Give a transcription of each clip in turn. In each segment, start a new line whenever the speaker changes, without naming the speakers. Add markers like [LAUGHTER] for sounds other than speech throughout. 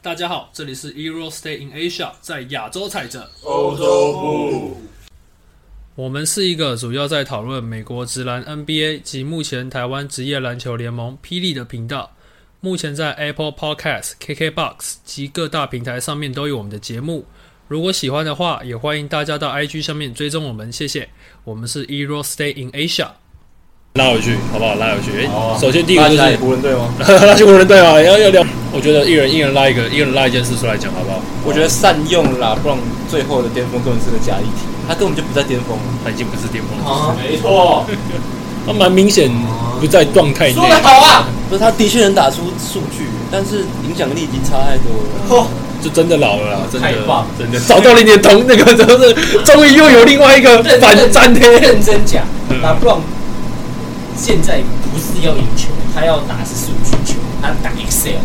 大家好，这里是 Euro Stay in Asia，在亚洲踩着。
欧洲部，
我们是一个主要在讨论美国职篮 NBA 及目前台湾职业篮球联盟霹雳的频道。目前在 Apple Podcast、KKBox 及各大平台上面都有我们的节目。如果喜欢的话，也欢迎大家到 IG 上面追踪我们，谢谢。我们是 Euro Stay in Asia。拉回去好不好？拉回去。
好啊
首先第一个
那
就
你
是
来湖人队吗？
[LAUGHS] 拉去湖人队嘛，要要聊。 [LAUGHS] 我觉得一人一人拉一个，一人拉一件事出来讲好不好？
我觉得善用啦，不然最后的巅峰根本是个假议题，他根本就不在巅峰了。
他已经不是巅峰了，
啊，
没错，
他蛮明显不在状态内
说。得好啊！
不是，他的确能打出数据，但是影响力已经差太多了。
嚯，
就真的老了啦，真的
太棒
真的找到了你的同那个，真的是终于又有另外
[LAUGHS]
一个
认
反战的。
认真讲
嗯，
拉布朗现在不是要赢球，他要打是数据球，他打 Excel，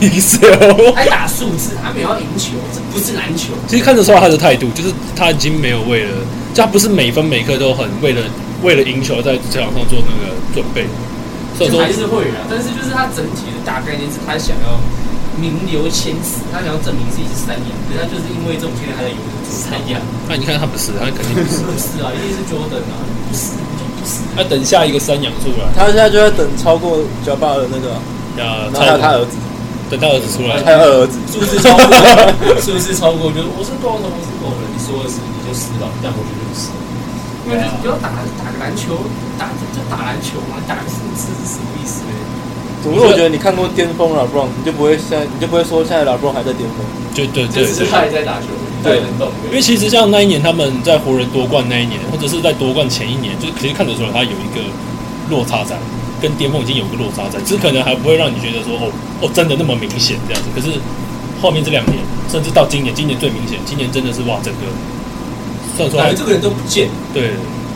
你知道吗
Excel
他打数字，他没有要赢球，这不是篮球。
哦其实看得出来他的态度，就是他已经没有为了，就他不是每分每刻都很为了为了赢球在球场上做那个准备。所以
就
说
还，是会啊，但是就是他整体的大概念是他想要名留千史，他想要证明自己是三样，可是他就是因为这种现在他在有三样，
那哎你看他不是，他肯定不是。
不是啊，一定是 Jordan 啊，不是就不是。
那等下一个山羊出来，
他现在就在等超过小巴的那个，
要
然后还有他
超
儿子，
等他儿子出来。
还有二儿子。
数字超过，数字超过，就是我是多少我是狗人，你说的是你就死了，但我觉得就是，因为就是不要打打个篮球，打就打篮球嘛，打个数字是什么意思呢？
总之，我觉得你看过巅峰拉布朗，你就不会现在，你就不会说现在拉布朗还在巅峰。
对对
就
对
是
对。
他也在打球，他也能动，
因为其实像那一年他们在湖人夺冠那一年，或者是在夺冠前一年，就是其实看得出来他有一个落差在，跟巅峰已经有个落差在，只是可能还不会让你觉得说哦哦真的那么明显这样子。可是后面这两年，甚至到今年，今年最明显，今年真的是哇整个，虽然说
感
还
觉这个人都不见，
对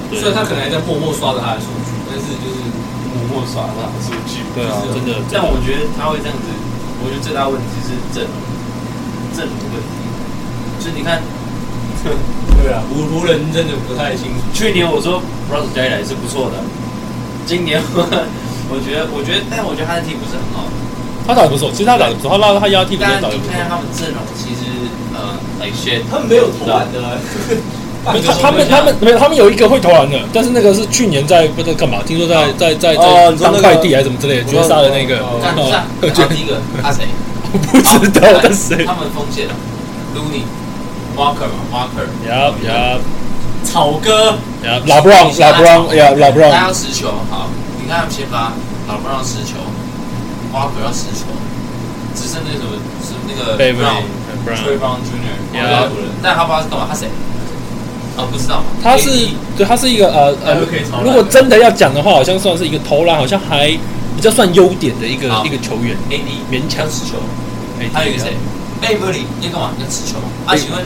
对
虽然他可能还在默默刷着他的数据，但是就是默默刷着他的数据，
对啊
就是
真的
但我觉得他会这样子，我觉得最大问题是阵容，阵容问题，就是你看。 [LAUGHS] 对 [LAUGHS] 啊，湖湖人真的不太清楚。
去年我说 Russ 加起来是不错的，今
[LAUGHS]
年我我觉得，我觉得，但我觉得他的替补是很好的。
他打得不错，其实他打得不错，他拉他啊压替补真的
但
打得
你
不错
看。他们阵容，其实呃，like shit，
[LAUGHS] 他们没有投篮的啊，
没有他他们他们没有，他们有一个会投篮的，但是那个是去年在不知道干嘛，听说在在在
哦你
在
说那
当
个
快递还是什么之类的
我知
绝
道
杀的那个，
哦
干
哦
啥？
我觉
然
得
后第一个他谁？
我不知道
他们
但是。
他们锋线啊，Looney、Walker 嘛，Walker，
呀呀
草哥
呀！拉布朗，拉布朗，呀，拉布
他
朗，
要十球，好，你看他们先发，老布朗十球，Walker 要十球，只剩那个什么是那个
Beverly
Brown。Troy
Brown，
Brown Jr.
呀
外国人，但他不知道是干嘛，他谁？哦，不知道嘛。
他是
AD
对，他是一个呃呃
还可以投，篮
如果真的要讲的话，好像算是一个投篮，好像还比较算优点的一个
好
一个球员，
AD
勉强
要持球，
哎
还有一个谁？贝弗利要干嘛？要持球啊？请问，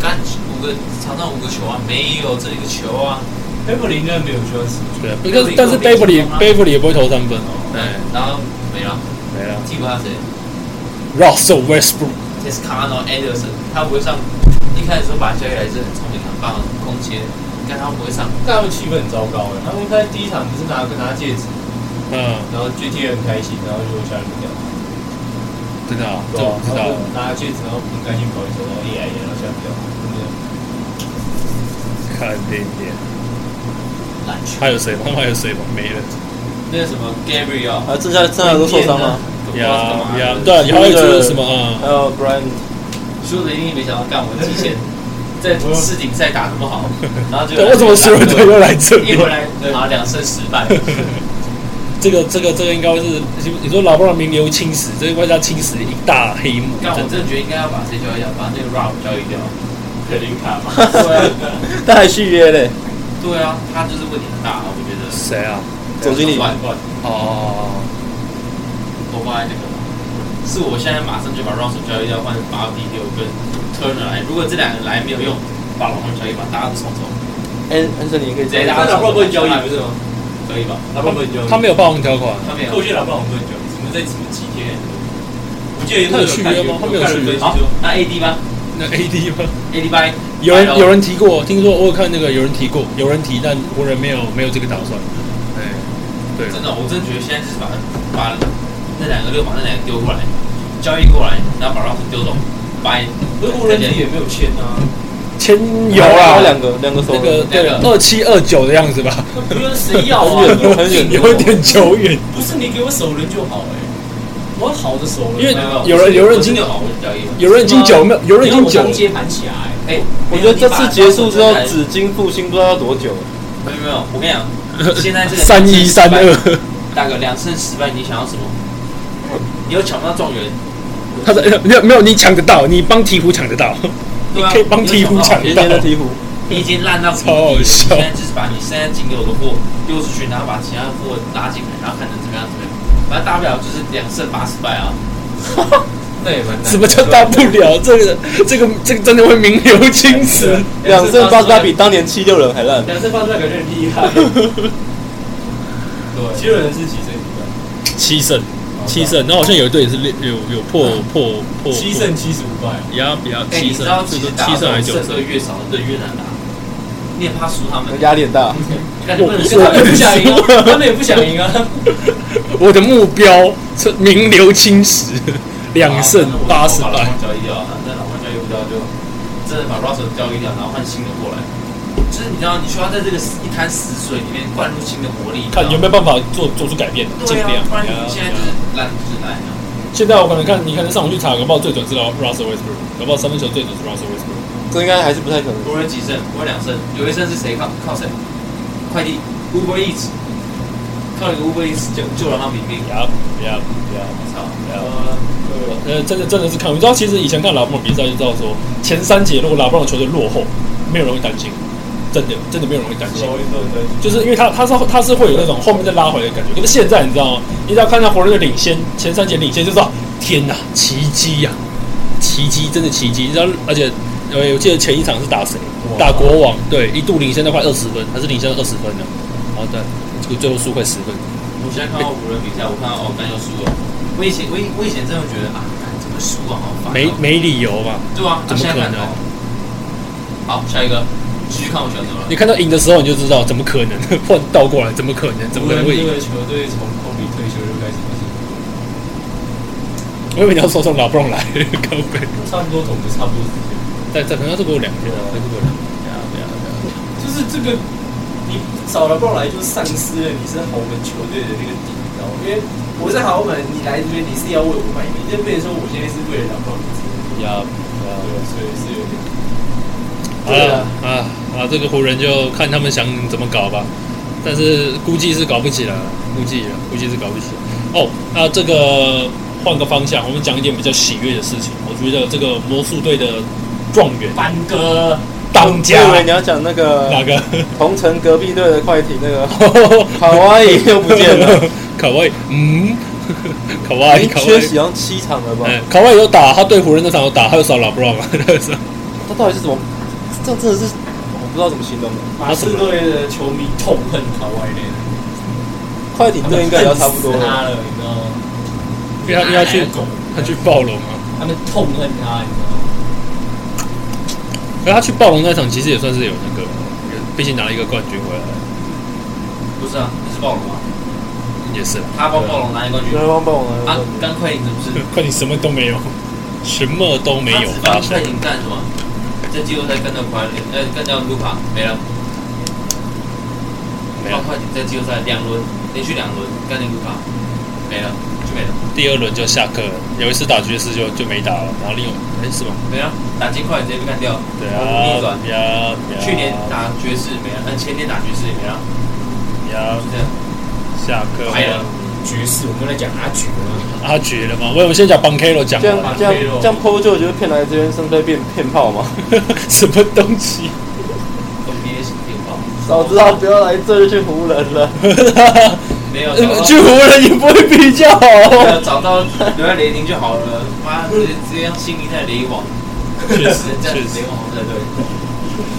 干五个场上五个球啊？没有这个球啊。
贝弗利应该没有球死，
对啊，不过但是 b e v e r l y b e v e r l y 也不会投三分，啊
哎，然后没了。
没了。
替补他谁
Russell Westbrook，
？Tescano Anderson，他不会上。一开始说把交易来是很聪明很棒，很空切，但他不会上。
但他们气氛很糟糕哎。他们在第一场不是拿个拿戒指，
嗯，
然后 G T 很开心，然后就下路掉，
真的啊，这
对吧
我不知道
他。们拿戒指，然后很开心跑一走，然后一来然后下路掉，对
看点点，
篮球
还有谁吗？还有谁吗？没了。
那个什么 Gabriel，
啊，剩下剩下都受伤了，
呀呀，对啊，还有一个什么啊？
还有 Brian，
输的一定没想到干我之前在世锦赛打那
[LAUGHS]
么好，然后就
对，为什么所有人又来这里
一？回来啊两胜十败，
这个这个这个应该是你你说老布朗名流青史，这个叫青史一大黑幕。
干我
真的
真的觉得应该要把谁交易掉，把那个 Rob 交易掉。
不对？可林卡 [LAUGHS] 嘛，
但还续约嘞，
啊对啊，他就是问题很大，我觉得。
谁啊？
总经
[LAUGHS]
理
我
呃
哦，
我放在那个，是我现在马上就把 Rob 交易掉，换把 B 六跟 Turner 来。如果这两个来没有用，把老黄交易，把大家都送走，
安安森林可以
直接
接
他
打
拿不能交易不是吗？
可以吧？
拿不能交易，
他没有霸王条款，啊
他没有
我。觉得拿不能交易，什么在什么几天？我记得看人分析
好
说，，
那 AD 吧
那 AD 吗？
，AD 吧，
有人有人提过，听说我有看那个有人提过，有人提，但湖人没有没有这个打算。哎，对，
真的，我真的觉得现在就是把把那两个六把那两个丢过来，交易过来，然后把 Russell 丢走，把
可是湖人队也没有签啊，
签有
还有
啦，
两个两个手
那个
那
对
个
二七二九的样子吧，
那不论谁要啊，
很远很远，
[LAUGHS] 有一点久远。
不是你给我首轮就好哎、我要好的首轮、啊，
因为
我
有人有人已
今
经
年好，我就交易了。
有人已经久没有，有人已经久
你要我当
了，
接盘侠哎、
哎，
我觉得这次结束之后
没有，
紫金复兴不知道要多久。
没有没有，我跟你讲，现在这个
三一三二，
大哥两胜失败，你想要什么？你又抢不到状元，
他的没有没有，你抢得到，你帮鹈鹕抢得到，
对吧？
可以帮鹈鹕抢
天天的鹈鹕，
你已经烂到谷底
超好
了，你
笑
现在就是把你现在仅有的货丢出去，然后把其他的货拉进来，然后看能怎么样怎么样。反正大不了就是两胜八失
[LAUGHS]
败啊。
那也蛮难的。
什么叫大不了？这个这个这个真的会名留青史。
两胜八十八比当年七六人还烂。
两次放出来感觉很厉害。对，七六人是几胜几败？
七胜，七胜，然后好像有一队也是六有有破破破
七胜，七十五败。
也要比较
哎、
七
你知道
胜，
其
最
实
多
打
七胜还是九
胜
胜
会。越少的队越难打，你也怕输他们。
压力很大，
但你不能
我
输
他
他
们也
们
不想赢啊，他们也不想赢啊。
我的目标是名留青 [LAUGHS] 史，两胜八十
把老
败
黄。交易掉，那老黄交易不掉就真的把 Russell 交易掉，然后换新的过来。就是你知道，你需要在这个一滩死水里面灌入新的活力。
看有没有办法做做出改变，尽
对
量。
啊，不然你
对啊
现在就
对
是
啊
烂就是烂啊。
现在我可能看，你可能上网去查，搞不好最准是 Russell Westbrook，搞不好三分球最准是 Russell Westbrook。
这应该还是不太可能。
湖人几胜，湖人两胜，有一胜是谁靠靠谁？快递 Uber Eats，靠一个 Uber Eats 救救了他们一命。
呀呀呀！
我操！
呃，真的真的是看，你知道，其实以前看拉布朗比赛就知道说，前三节如果拉布朗球队落后，没有人会担心，真的真的没有人会担心。
哦
就是因为他他是他是会有那种后面再拉回来的感觉。可是现在你知道吗？你只要看到湖人队领先前三节领先，就知道天哪，奇迹呀、奇迹真的奇迹。你知道，而且呃，我记得前一场是打谁？打国王，对，一度领先到快二十分，还是领先到二十分的。然后对，结果最后输快十分。
我现在看到湖人比赛，我看到哦，干又输了。我以前我以我以前真的觉得啊，干怎么输啊，好烦、
没，没理由嘛。
对啊，
怎么
啊现在看
可能
哦好，下一个，继续看我选什么了。
你看到赢的时候，你就知道怎么可能 [LAUGHS] 换倒过来，怎么可能？怎
湖
么可能
人
会
这
赢？
个球队从库里退休就开始不
我以为你要说从拉布朗来， [LAUGHS] 靠背。
是差不多总的差不多时间。
但但可能要是给我两天啊。
对啊，对啊，对啊。
就是这个，你少了过来就丧失了你是豪门球队的那个底，你知道吗？因为我是豪门，你来这边你是要为我卖命，就变成说我现在是为了打棒子，
呀
对，所以是有点。
好了啊啊！这个湖人就看他们想怎么搞吧，但是估计是搞不起来了，估计了，估计是搞不起来。哦，那这个换个方向，我们讲一点比较喜悦的事情。我觉得这个魔术队的状元
班哥，
当家
我以为你要讲那个
哪个？
同城隔壁队的快艇那个卡哇伊又不见
[LAUGHS]
了，，哎
卡哇伊，嗯， [LAUGHS] 卡哇伊，
已经
卡哇
缺
伊。
席好像七场了吧？
哎，卡哇伊有打，他对湖人那场有打，他有少老布朗 [LAUGHS] 啊，
他到底是怎么？这真的是我不知道怎么形容的。
马刺队的球迷痛恨卡哇伊雷，
快艇队应该也要差不多
恨死他
[LAUGHS]
了。
了，你知道吗？
因为他因为他 [LAUGHS] 去
狗，
他去暴龙啊，
他们痛恨他，你知道吗？
可是他去暴龙那场其实也算是有那个，毕竟拿了一个冠军回来，
不是啊，你是暴龙啊，
也是啦。
他
啊
帮暴龙拿一冠军
有，人帮帮我了，，
啊干快艇怎么是？
[LAUGHS] 快艇什么都没有，什么都没
他
有
只
发
帮
生
快。艇干什么？在季后赛干掉快艇，呃，干掉卢卡没了。
没有
帮，快艇在季后赛两轮连续两轮干掉卢卡没了，就没了，
第二轮就下课了。有一次打爵士就就没打了，然后另外哎是吗？
没了。打金块直接被干掉，
对
逆转
啊，。呀呀，
去年打爵士没了，呃，前年打爵士也没了，
呀
就这样。
下课
白人
爵士，我们来讲阿爵啊，
阿爵了吗？我我们先讲 Bankero 讲
这
完
样
了，
这样这样 PO 就就是骗来这边生在变骗炮嘛。
[LAUGHS] 什么东
[LAUGHS]
西？
NBA 是变化，
[LAUGHS] 早知道不要来这就去湖人了。
没有
呃去湖人也不会比较好哦。
找到留在雷霆就好了，妈直接直接新一代雷网，
确实
这样
确
雷
实，
网红才对。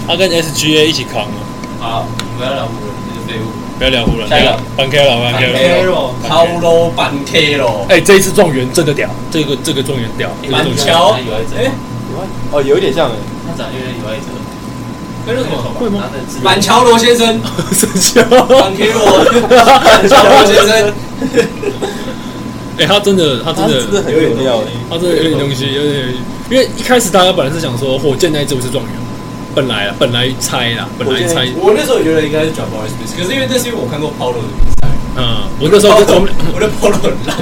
他啊跟 SGA 一起扛哦。
好，不要聊湖人，这是废物。
不要聊湖人，
下一个
Bankero Bankero。
Bankero，超 low 班 K 咯，
哎，这一次状元真的屌，这个这个状元屌，这个
蛮
状元
屌
乔，哎
哎，
哦，有一点像哎，
他长得有点有爱者，
那是什么？
会吗？他的自
板桥罗先生，
神奇哦
板 K 罗，板桥罗先生。
[LAUGHS] 哎、他真的，他真
他
的，
真的很有料哎，
他真的有点东西，有点，因为一开始大家本来是想说火箭那一支不是状元，本来啊，本来猜啦，本来猜，
我那时候觉得应该是转 Boris b i s 可是因为那是因为我看过 Polo 的比赛，
嗯，我那时候就我们
我的 Polo 很烂，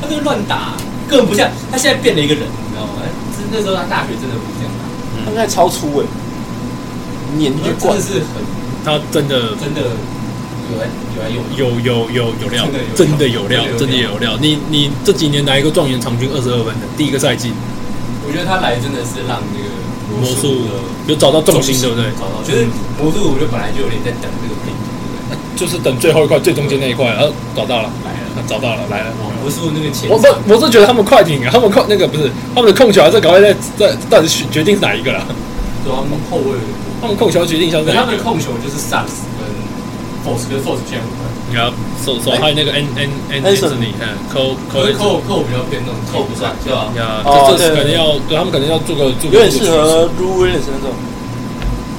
他就是乱打，根本不像他现在变了一个人，你知道吗？是那时候他大学真的不是这样打，
他现在超粗哎，碾
我
去
觉得真
灌
的，是很
他真的
真的有来有来有往
有有有有料，真
真
的
的
有
有
料
料，
真的有料。你你这几年来一个状元场均二十二分的，第一个赛季
我觉得他来真的是让那个
魔术
的
有找到重心，对不对？
找到，就是魔术，我就本来就有点在等这个病，对不对？
就是等最后一块最中间那一块，呃，找到了，
来了，
啊找到了，来了。
魔术那个前
我是我是觉得他们快艇啊，他们控那个不是他们的控球还是赶快在在到底是决定是哪一个啦？
主要后卫，
他们控球决定像是
可是
哪
他们
一
的
个
控球就是 Sucks 跟 Force 跟 Force 现在不会，
你要手手还有那个 N N N
哎 Anson
Anthony，嗯，扣
可
扣
是扣扣比较偏那种
扣不算，对吧？
呀，
哦
这这
对
是可能要对他们可能要做个做个
有点适合 r u w i l s 那种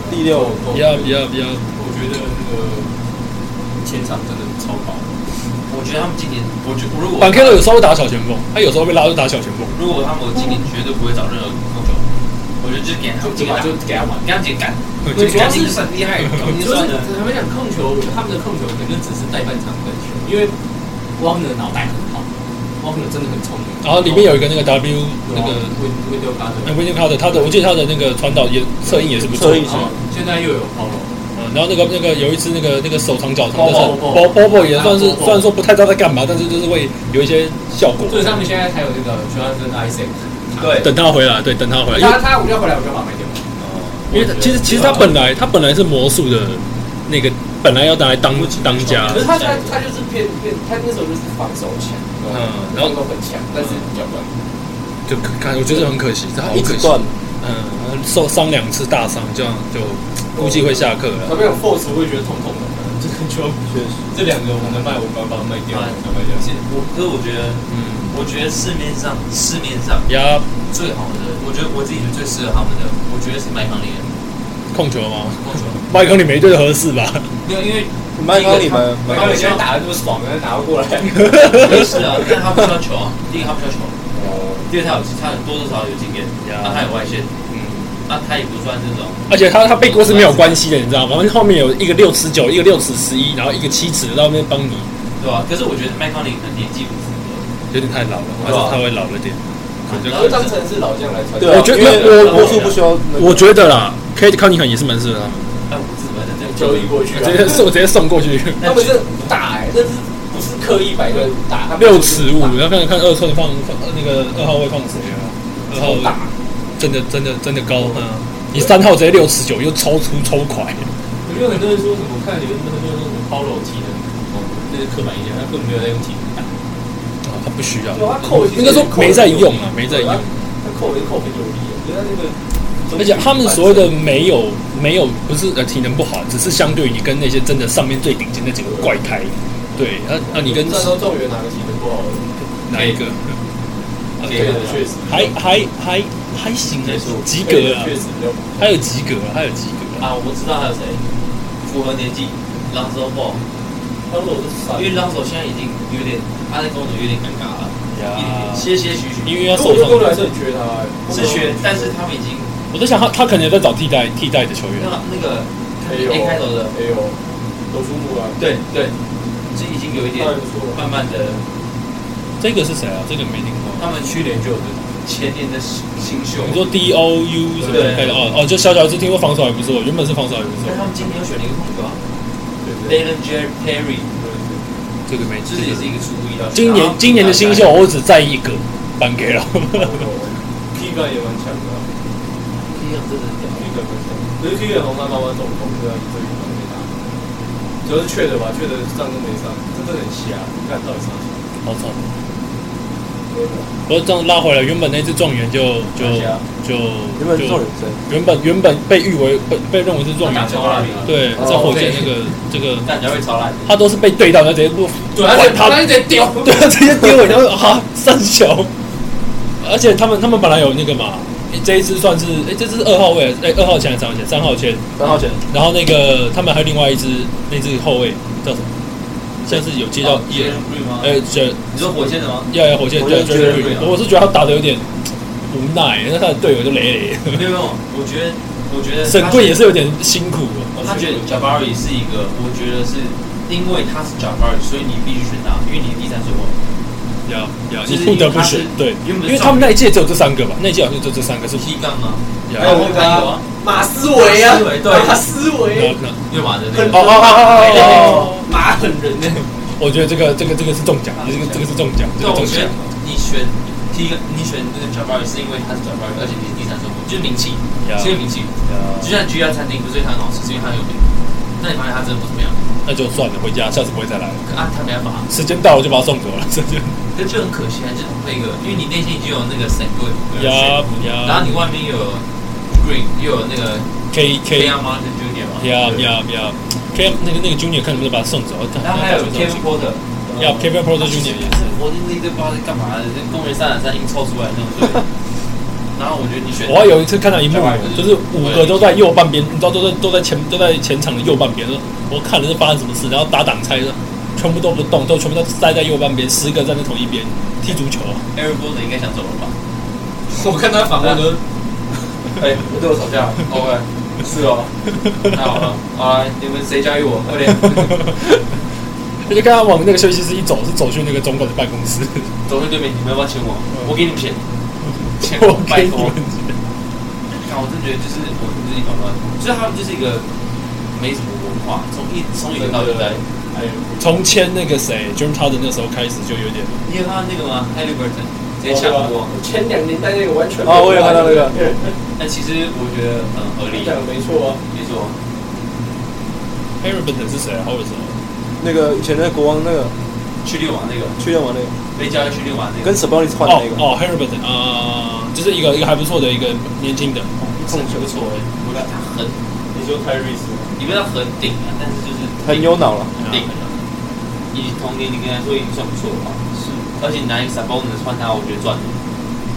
第六
扣，扣，
呀呀呀，
我觉得那个前场真的超高，
我觉得他们今年，我觉如果
板 K 有时候会打小前锋，他有时候被拉去打小前锋。
如果他们今年绝对不会找任何控球，我觉得就是给他
就
们几个
把
打
就给他玩。
给他们几个干，
嗯
这个干净就算厉害，干
就
净就是算了。
他们讲控球，我觉得他们的控球可能就只是代半场的球，因为汪的脑袋很好，汪的真的很聪明。
然后里面有一个那个 W 那
那
个
个
哦
会会丢卡
那
的，
个 William Carter，他的我记得他的那个传导也侧应也是不
侧
错的。
应
然后现在又有 Polo，
嗯然后那个那个有一次那个那个手长脚长的
Bobo
Bobo 也算是
啊，Bobo
虽然说不太知道在干嘛，但是就是会有一些效果。
所以他们现在还有那个 Jonathan Isaac，
对，
等他回来，对，等他回来，啊因为
他他我要回来我就把他卖掉。
因为他其实其实他本来他本来是魔术的那个，本来要拿来当当家
可，是他他他就是偏偏他那时候就是防守强，
嗯
嗯，
然后
防守很强，但是
嗯
比较短。
就看我觉得很可惜，他
一直
很可惜，
灌，
嗯，受伤两次大伤，这样就估计会下课
旁
了。
边有 Force 我也觉得痛痛的，这个就
确实。
这两个我能卖，我把它卖掉，
卖
把它卖掉。
我可是我觉得，
嗯，
我觉得市面上市面上
压
最好的，我觉得我自己觉得最适合他们的，我觉得是麦康利的
控球吗？
控球，
麦克你没对合适吧？
没有因为
麦康里蛮蛮
然后你现在打的这么爽，然后打不过来。
也是啊，但他不需要球
[LAUGHS]
啊，第一个他不需要球，
哦
第二他有他很多多少少有经验，那他有外线，
嗯
那他也不算这种，
而且他他背锅是没有关系的，你知道吗？后面有一个六尺九，一个六尺十一，然后一个七尺，在那边帮你，
对吧？可是我觉得麦康利可能年纪不符合，
有点太老了，还是他会老了点。
然后
就当成是老将来传。
对啊，
我觉得
因为
我
魔术不需要那个，
我觉得啦，K 康尼肯也是蛮适合
哎，我自己在这
交易过去了
他们，直。接送直接送过去
他们是打哎、欸，这是不是刻意摆个打？他们
六
就是
尺五，然后看看二寸放放那个二号位放谁啊？二号
超
位
打，
真的真的真的高，嗯，你三号直接六尺九，又超粗超快，哦
我觉得很多人说什么，我看有很多人说什么 Polo 踢的，哦，那是刻板印象，他根本没有在用体能打。
他不需要，
有他扣
应该说没在用啊，没在用。
他扣也扣很有力，我觉得他那个。
而且他们所谓的没有没有不是呃体能不好，只是相对于你跟那些真的上面最顶尖那几个怪胎，对，那、那你跟
那时候状元哪个体能不好？
哪一个？
个
对，确实
还还还还行啊
结束，
及格啊
确，实比较
还有及格啊，还有及格啊。
啊，我知道还有谁符合年纪，朗佐鲍，
Polo 是少
因为朗佐现在已经有点他在攻守有点尴尬了，啊
啊
一点点些些许许，
因为要
我觉
受
得对，
伤
我来说很缺他、欸，
是学，但是他们已经
我在想他他可能在找替代替代的球员
那，个那个
没有
A 开头的，
没有，罗书木啊，
对对，这已经有一点
当然不错啊
慢慢的。
这个是谁啊？这个没听过。
他们去年就有前年的新新秀，
你说 D O U 什么
对
开的哦哦，就小小只听过防守还不错，原本是防守还不错
但，他们今年又选了一个控球啊
对不对？
，Dalen Jer Perry，
这个没
就是也是一个初一啊到。
今年今年的新秀，我只在意一个，颁给了。
K 感也蛮强的、啊。
一样真的很屌
一个不是，可是 K 个红慢慢慢走红的，所以蛮没打。主要是缺的吧，缺的上都没上，真的很瞎，看到底啥？
好惨。不过这样拉回来，原本那只状元就就就
啊原本是
就
做人生，
原本原本被誉为被被认为是状元
打，超烂的，
对，在火箭那个这个，
但人家会超烂的。
他都是被对到，然后直接不
对，而且他一直丢，
[LAUGHS] 对，直接丢人，然后 [LAUGHS] 啊三球，而且他们他们本来有那个嘛，这一支算是哎、这支是二号位，哎、二号签还是三号签？三号签，
三号前
然后那个他们还有另外一支那支后卫叫什么？现在是有接到
一人哦 Green 吗？
哎，这
你说火箭的吗？
要要火箭
火
对
箭
j e r
Jerry Green 啊
我是觉得他打的有点无奈，因为他的队友就累 [LAUGHS] 累，
没有没有，我觉得我觉得
神
他
棍也是有点辛苦。
他觉得 Jabari 是一个，我觉得是因为他是 Jabari，所以你必须选他，因为你第三顺位。
要要
就
你
是
不得不选
因为他是
对，
原本
因为他们那一届只有这三个吧，那一届好像就这三个是
T 杠吗？
要
还有那
还有
个
啊
马思维啊
马思维，对
马思维，
那那
越马的那个
哦哦哦哦哦
哦，马狠人呢，
我觉得这个这个这个是中奖，这个这个是中奖，这
对，
个中
我觉
奖
得。你选第一个，你选那个 Jabari 是因为他是 Jabari，而且你是第三顺位，就是名气，
Yeah
是因为名气。就像 G 家餐厅不是因为他很好吃，是因为他很有名。那你发现他真的不怎么样，
那就算了，回家，下次不会再来了。
可啊，他没办法，
时间到了就把他送走了，这就
可就很可惜啊，就是那个，因为你内心已经有那个神棍，
呀
然
呀
后你外面又有 Green，又有那个
K K
K
呀
R Martin Junior 嘛，
呀呀 K 啊那个那个 Junior 看能不能把他送走，
然后还有 Kevin Porter，
要 Kevin Porter
去
Junior 也
是
是，
我那一堆不知道在干嘛的，那公园三打三硬凑出来那种队。然后我觉得你选，
我还有一次看到一幕，就是五个都在右半边，你知道都在都在前都在前场的右半边，我看了是发生什么事，然后打挡拆的，全部都不动，都全部都塞在右半边，十个站在同一边踢足球。
Aaron Gordon 应该想走了吧？
[LAUGHS] 我看他访问都
哎，我对我
[LAUGHS]
吵架了，OK，是哦，太好了，啊，你们谁教育我？快点，
我就看他往那个休息室一走，是走去那个总管的办公
[LAUGHS]
室，
走去对面，你们要不要请我？我给你们钱，钱
嗯 [LAUGHS] 我
拜
给你
托。
们
看，我真觉得就是我们这地方乱，就是他们就是一个没什么文化，从一从以前到现在。
从签那个谁 j o h n t a d 那时候开始就有点
你有看到那个吗 h a l i b u r t o n 直接抢
啊
过。
前两年大家也完全
哦，我有看到那个，
但其实我觉得很合理，
讲得没错啊，
没错。
h a r r i b n 是谁啊？好耳熟。
那个以前那个国王那个
去练完那个
去年玩那个，
被教练去练完那个，
跟 Sabonis 换
哦
那个，
哦 h a r r i b n 啊，就是一个一个还不错的一个年轻的，
哦
控球不错哎，我觉得他很，
你说 Kyrie
你不要很顶啊，但是就是
很有脑了。
很顶的。啊以同年龄来说已经算不错了吧？是，而且拿一个 Sabonis 换他，我觉得赚了。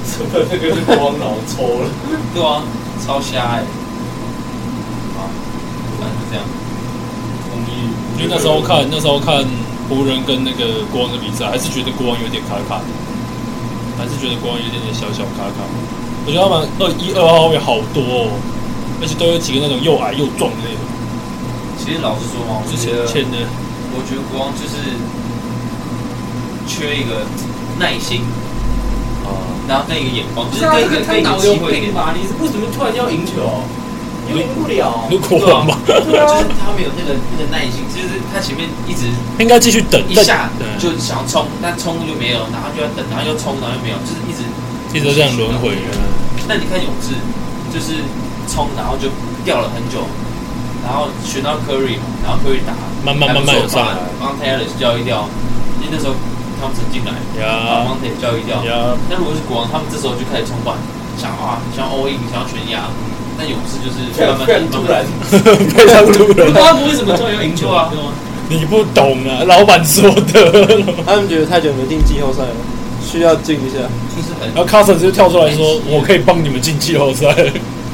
什 [LAUGHS] 么那个是光脑抽了，
对啊，超瞎哎。啊，反正就这样。
同意
因为那时候看那时候看湖人跟那个国王的比赛，还是觉得国王有点卡卡的，还是觉得国王有点点小小卡卡。我觉得他们二一二号位好多哦，而且都有几个那种又矮又壮的那种，
其实老实说嘛，我
之
觉
前签
得
的
我觉得国王就是缺一个耐心，
啊，
然后跟一个眼光，
不
就是是
啊，
跟
这
一
个
个
他
跟一个
脑
机
有
会点
病。吧？你是为什么突然要赢球？你赢不了，
如果我嘛，
对
就是
啊，
他没有那个那个耐心，就是他前面一直
应该继续等
一
再
下
对
就想要冲，但冲就没有，然后就要等，然后又冲，然后又没有，就是一直。
一直都这样轮回。
那你看勇士，就是冲，然后就掉了很久，然后选到 Curry 嘛，然后 Curry 打，
慢慢慢慢有上来
帮 Taylor 交易掉，因为那时候他们曾进来，把
呀
啊
m o n t e 交易掉，
呀，
那如果是国王，他们这时候就开始冲冠，想啊，想要 all in，想要全压。但勇士就是
非常
慢慢
非常
慢慢
突然，
[LAUGHS] 非常突
不知
然，
啊
道为什么突然要赢球啊？
你不懂啊，老板说 [LAUGHS] 的。
他们觉得太久没进季后赛了，需要进一下。
就是很
然，后 Carson 就跳出来说：“我可以帮你们进季后 [LAUGHS] 赛。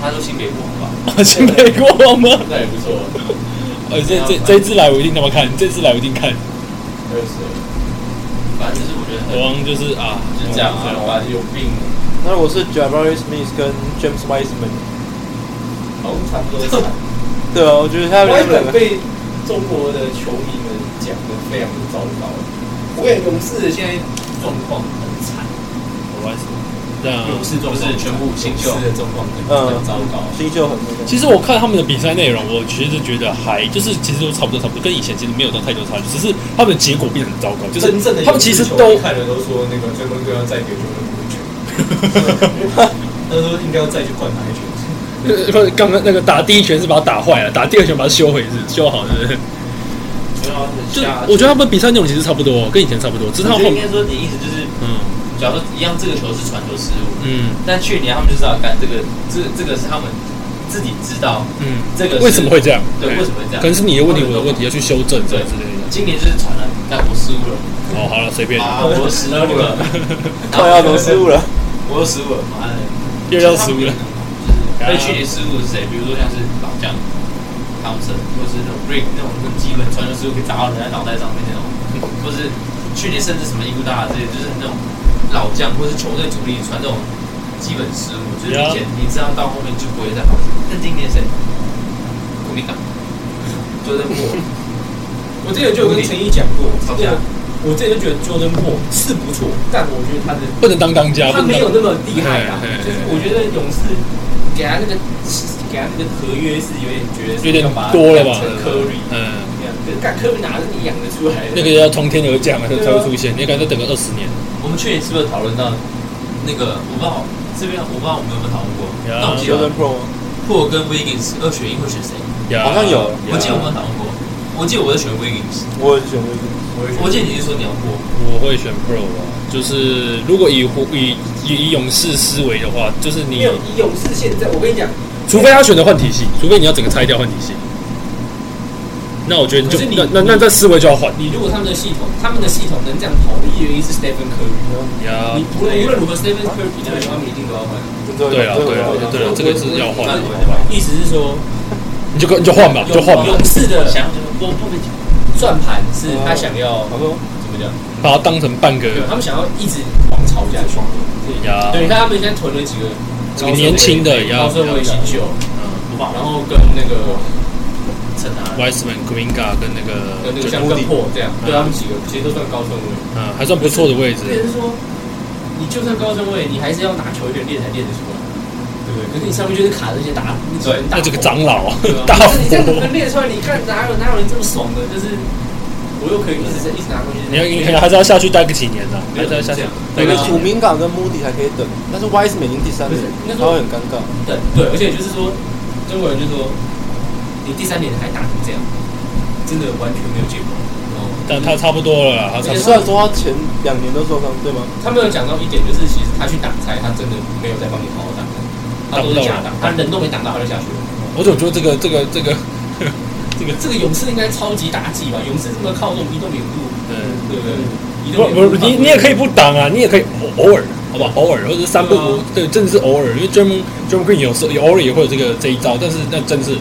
他说新北国王吧，”
去美国吗？
那也不错，
呃，这这这一次来我一定他妈看，这次来我一定看。
二十，
反正就是我觉得
国
很
王就是啊，
就是这样啊，老板
有病，
那我是 Jabari Smith 跟 James Wiseman，
好像差不多。
对啊，我觉得他
我
们他们两
本
个
被中国的球迷们讲的非常的糟糕。我跟你讲勇士的现在状况很惨，
我还是这样啊。
勇士状况
不是全部新秀
勇士的状况很很糟糕。
嗯
新秀很那个。
其实我看他们的比赛内容，我其实觉得还就是其实都差不多，差不多跟以前其实没有到太多差距，只是他们的结果变得很糟糕，就是
真正的
他们其实
勇士球迷
都
看了都说那个追梦哥要再给追梦一拳，他说应该要再去灌他一拳。
呃不是刚刚那个打第一拳是把他打坏了，打第二拳把他修回是修好，对不对？
没有啊很
就
瞎啊。
我觉得他们比赛内容其实差不多，跟以前差不多，只是他
我
们后
觉得应
面
该说你意思就是，
嗯
假如说一样这个球是传球失误，
嗯
但去年他们就知道干这个，这这个是他们自己知道，
嗯，
这个是
为什么会这样？
对为什么会这样
可能是你的问题，我的问题要去修正，这
对
样之类的。
今年就是传了，但我失误了
哦，好了，随便，
啊，我又失误
[LAUGHS]
了，
哦
快要都失误了，
我又失误了，哎妈的！
又要输了。
所以去年失误是谁？比如说像是老将汤森，或是那种 [LAUGHS] Green 那种那种基本传球失误可以砸到人家脑袋上面那种，或是去年甚至什么伊布达这些，就是那种老将或是球队主力传这种基本失误，就是明显
Yeah
你这样到后面就不会再好。那今年谁？库里港，就是我。
我之前就有跟陈毅讲过，
吵
对
架
啊，我之前就觉得 Jordan p o o 是不错，但我觉得他的
不能当当家，不
他
能
没
当
有那么厉害啊
嘿嘿嘿。
就是我觉得勇士给他那个给他那个合约是有点觉得是
有点
要把他
多了
当
吧
成科瑞
嗯，
一样，可是干科瑞哪是你养得出来的？
那个要从天而降了才才会出现，你感觉等个二十年，
我们去年是不是讨论到那个？我不知道这边我不知道我们有没有讨论过。
有
那我记得
Jordan Pro 吗
霍尔跟 Wiggins 二选一会选谁？
呀
好像有
啊
我记得我们有讨论过。我记得我是选 Wiggins，
我也是选过一个，
我记得你是说你要霍。
我会选 Pro 啊，就是如果以湖以以以勇士思维的话，就是
没
你
有以勇士现在，我跟你讲，
除非他选择换体系，除非你要整个拆掉换体系，那我觉得你
可
就
是你
那那那这思维就要换
你如果他们的系统，他们的系统能这样跑的原因是 Stephen Curry，
呀
你。无论无论如何 Stephen Curry 比他们一定都要换。
真的
对啊，对啊，对啊，这个是要换，
意思是说，
你就跟你就换吧，就换吧，
勇士的
想就是我不能讲。
转盘是他想
哦
要
好多
怎么讲？
把它当成半个
对，他们想要一直狂炒下去。
呀，
对，你看他们现在囤了几个
啊这个年轻的也要
高顺位新秀，
嗯
我把
然后跟那个
趁他
Wiseman、Greenga 跟那个
跟那个
Jordan
像跟破这样，对
嗯
他
啊
们几个其实都算高顺位。
嗯，还算不错的位置
所。以是说，你就算高顺位，你还是要拿球员练才练得出来，对不对？可是你上面就是卡着一些大，你只能打
那这个长老啊
对啊
大
你这样子
佛，
练出来，你看哪有哪有人这么爽的？就是我又可以一直一直拿东西，
你要你可能还是要下去待个几年的，
没
还
有
是要下去
这样
待
那
个
个
几
苦
年。
明港跟 Moody 还可以等，但是 Wiseman 已经第三年
不是那，时
他
候
会很尴尬。
对对，而且就是说，中国人就说，你第三年还打成这样，真的完全没有结果。哦，
但他差不多了啦，他差不
对
多
虽然说他前两年都受伤，对吗？
他们有讲到一点，就是其实他去挡拆，他真的没有在帮你好好挡拆，他都是假挡，他人都没挡到，他就下去了。
我总觉得这个这个这个，
这个这个勇士应该超级打击吧？勇士这么靠拢移动掩护，
嗯，
对不对？移动
不
掩
不，
护，
你你也可以不挡啊，你也可以偶偶尔，好
啊
吧，偶尔或者是三不五，对，真的是偶尔，因为 d r u m m d r u m Green 有时候有偶尔也会有这个这一招，但是那真的是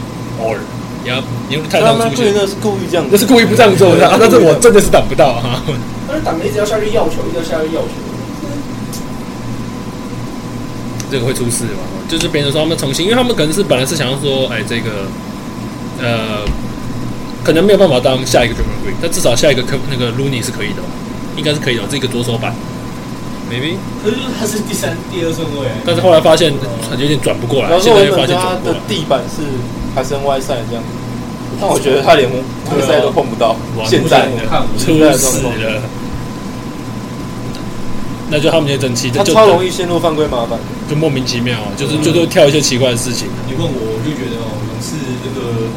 偶尔，你要你要太
他
常
们
出
故意
现，
那是故意这样子，
那是故意不这样
[LAUGHS]
做的啊，但是我真的是挡不到啊哈。
但是挡了一直要下去要球，一直要下去要球。
这个会出事嘛？就是别人说他们重新，因为他们可能是本来是想要说，哎，这个呃，可能没有办法当下一个 German Green，但至少下一个科那个 Looney 是可以的吧，应该是可以的，这个左手板 maybe，
可是他是第三、第二顺位，
但是后来发现有点转不过
然
来，
后
现
说
在
原
又发
本
现
他
转不过
的
来，
地板是还是 Y 赛这样，但我觉得他连 Y 赛都碰不到
哇，
现在
不行
看我
出事了。那就他们就整齐，
他
就
超容易嗯陷入犯规麻烦。
就莫名其妙啊，就是就都跳一些奇怪的事情。
你问我，我就觉得哦，勇士这个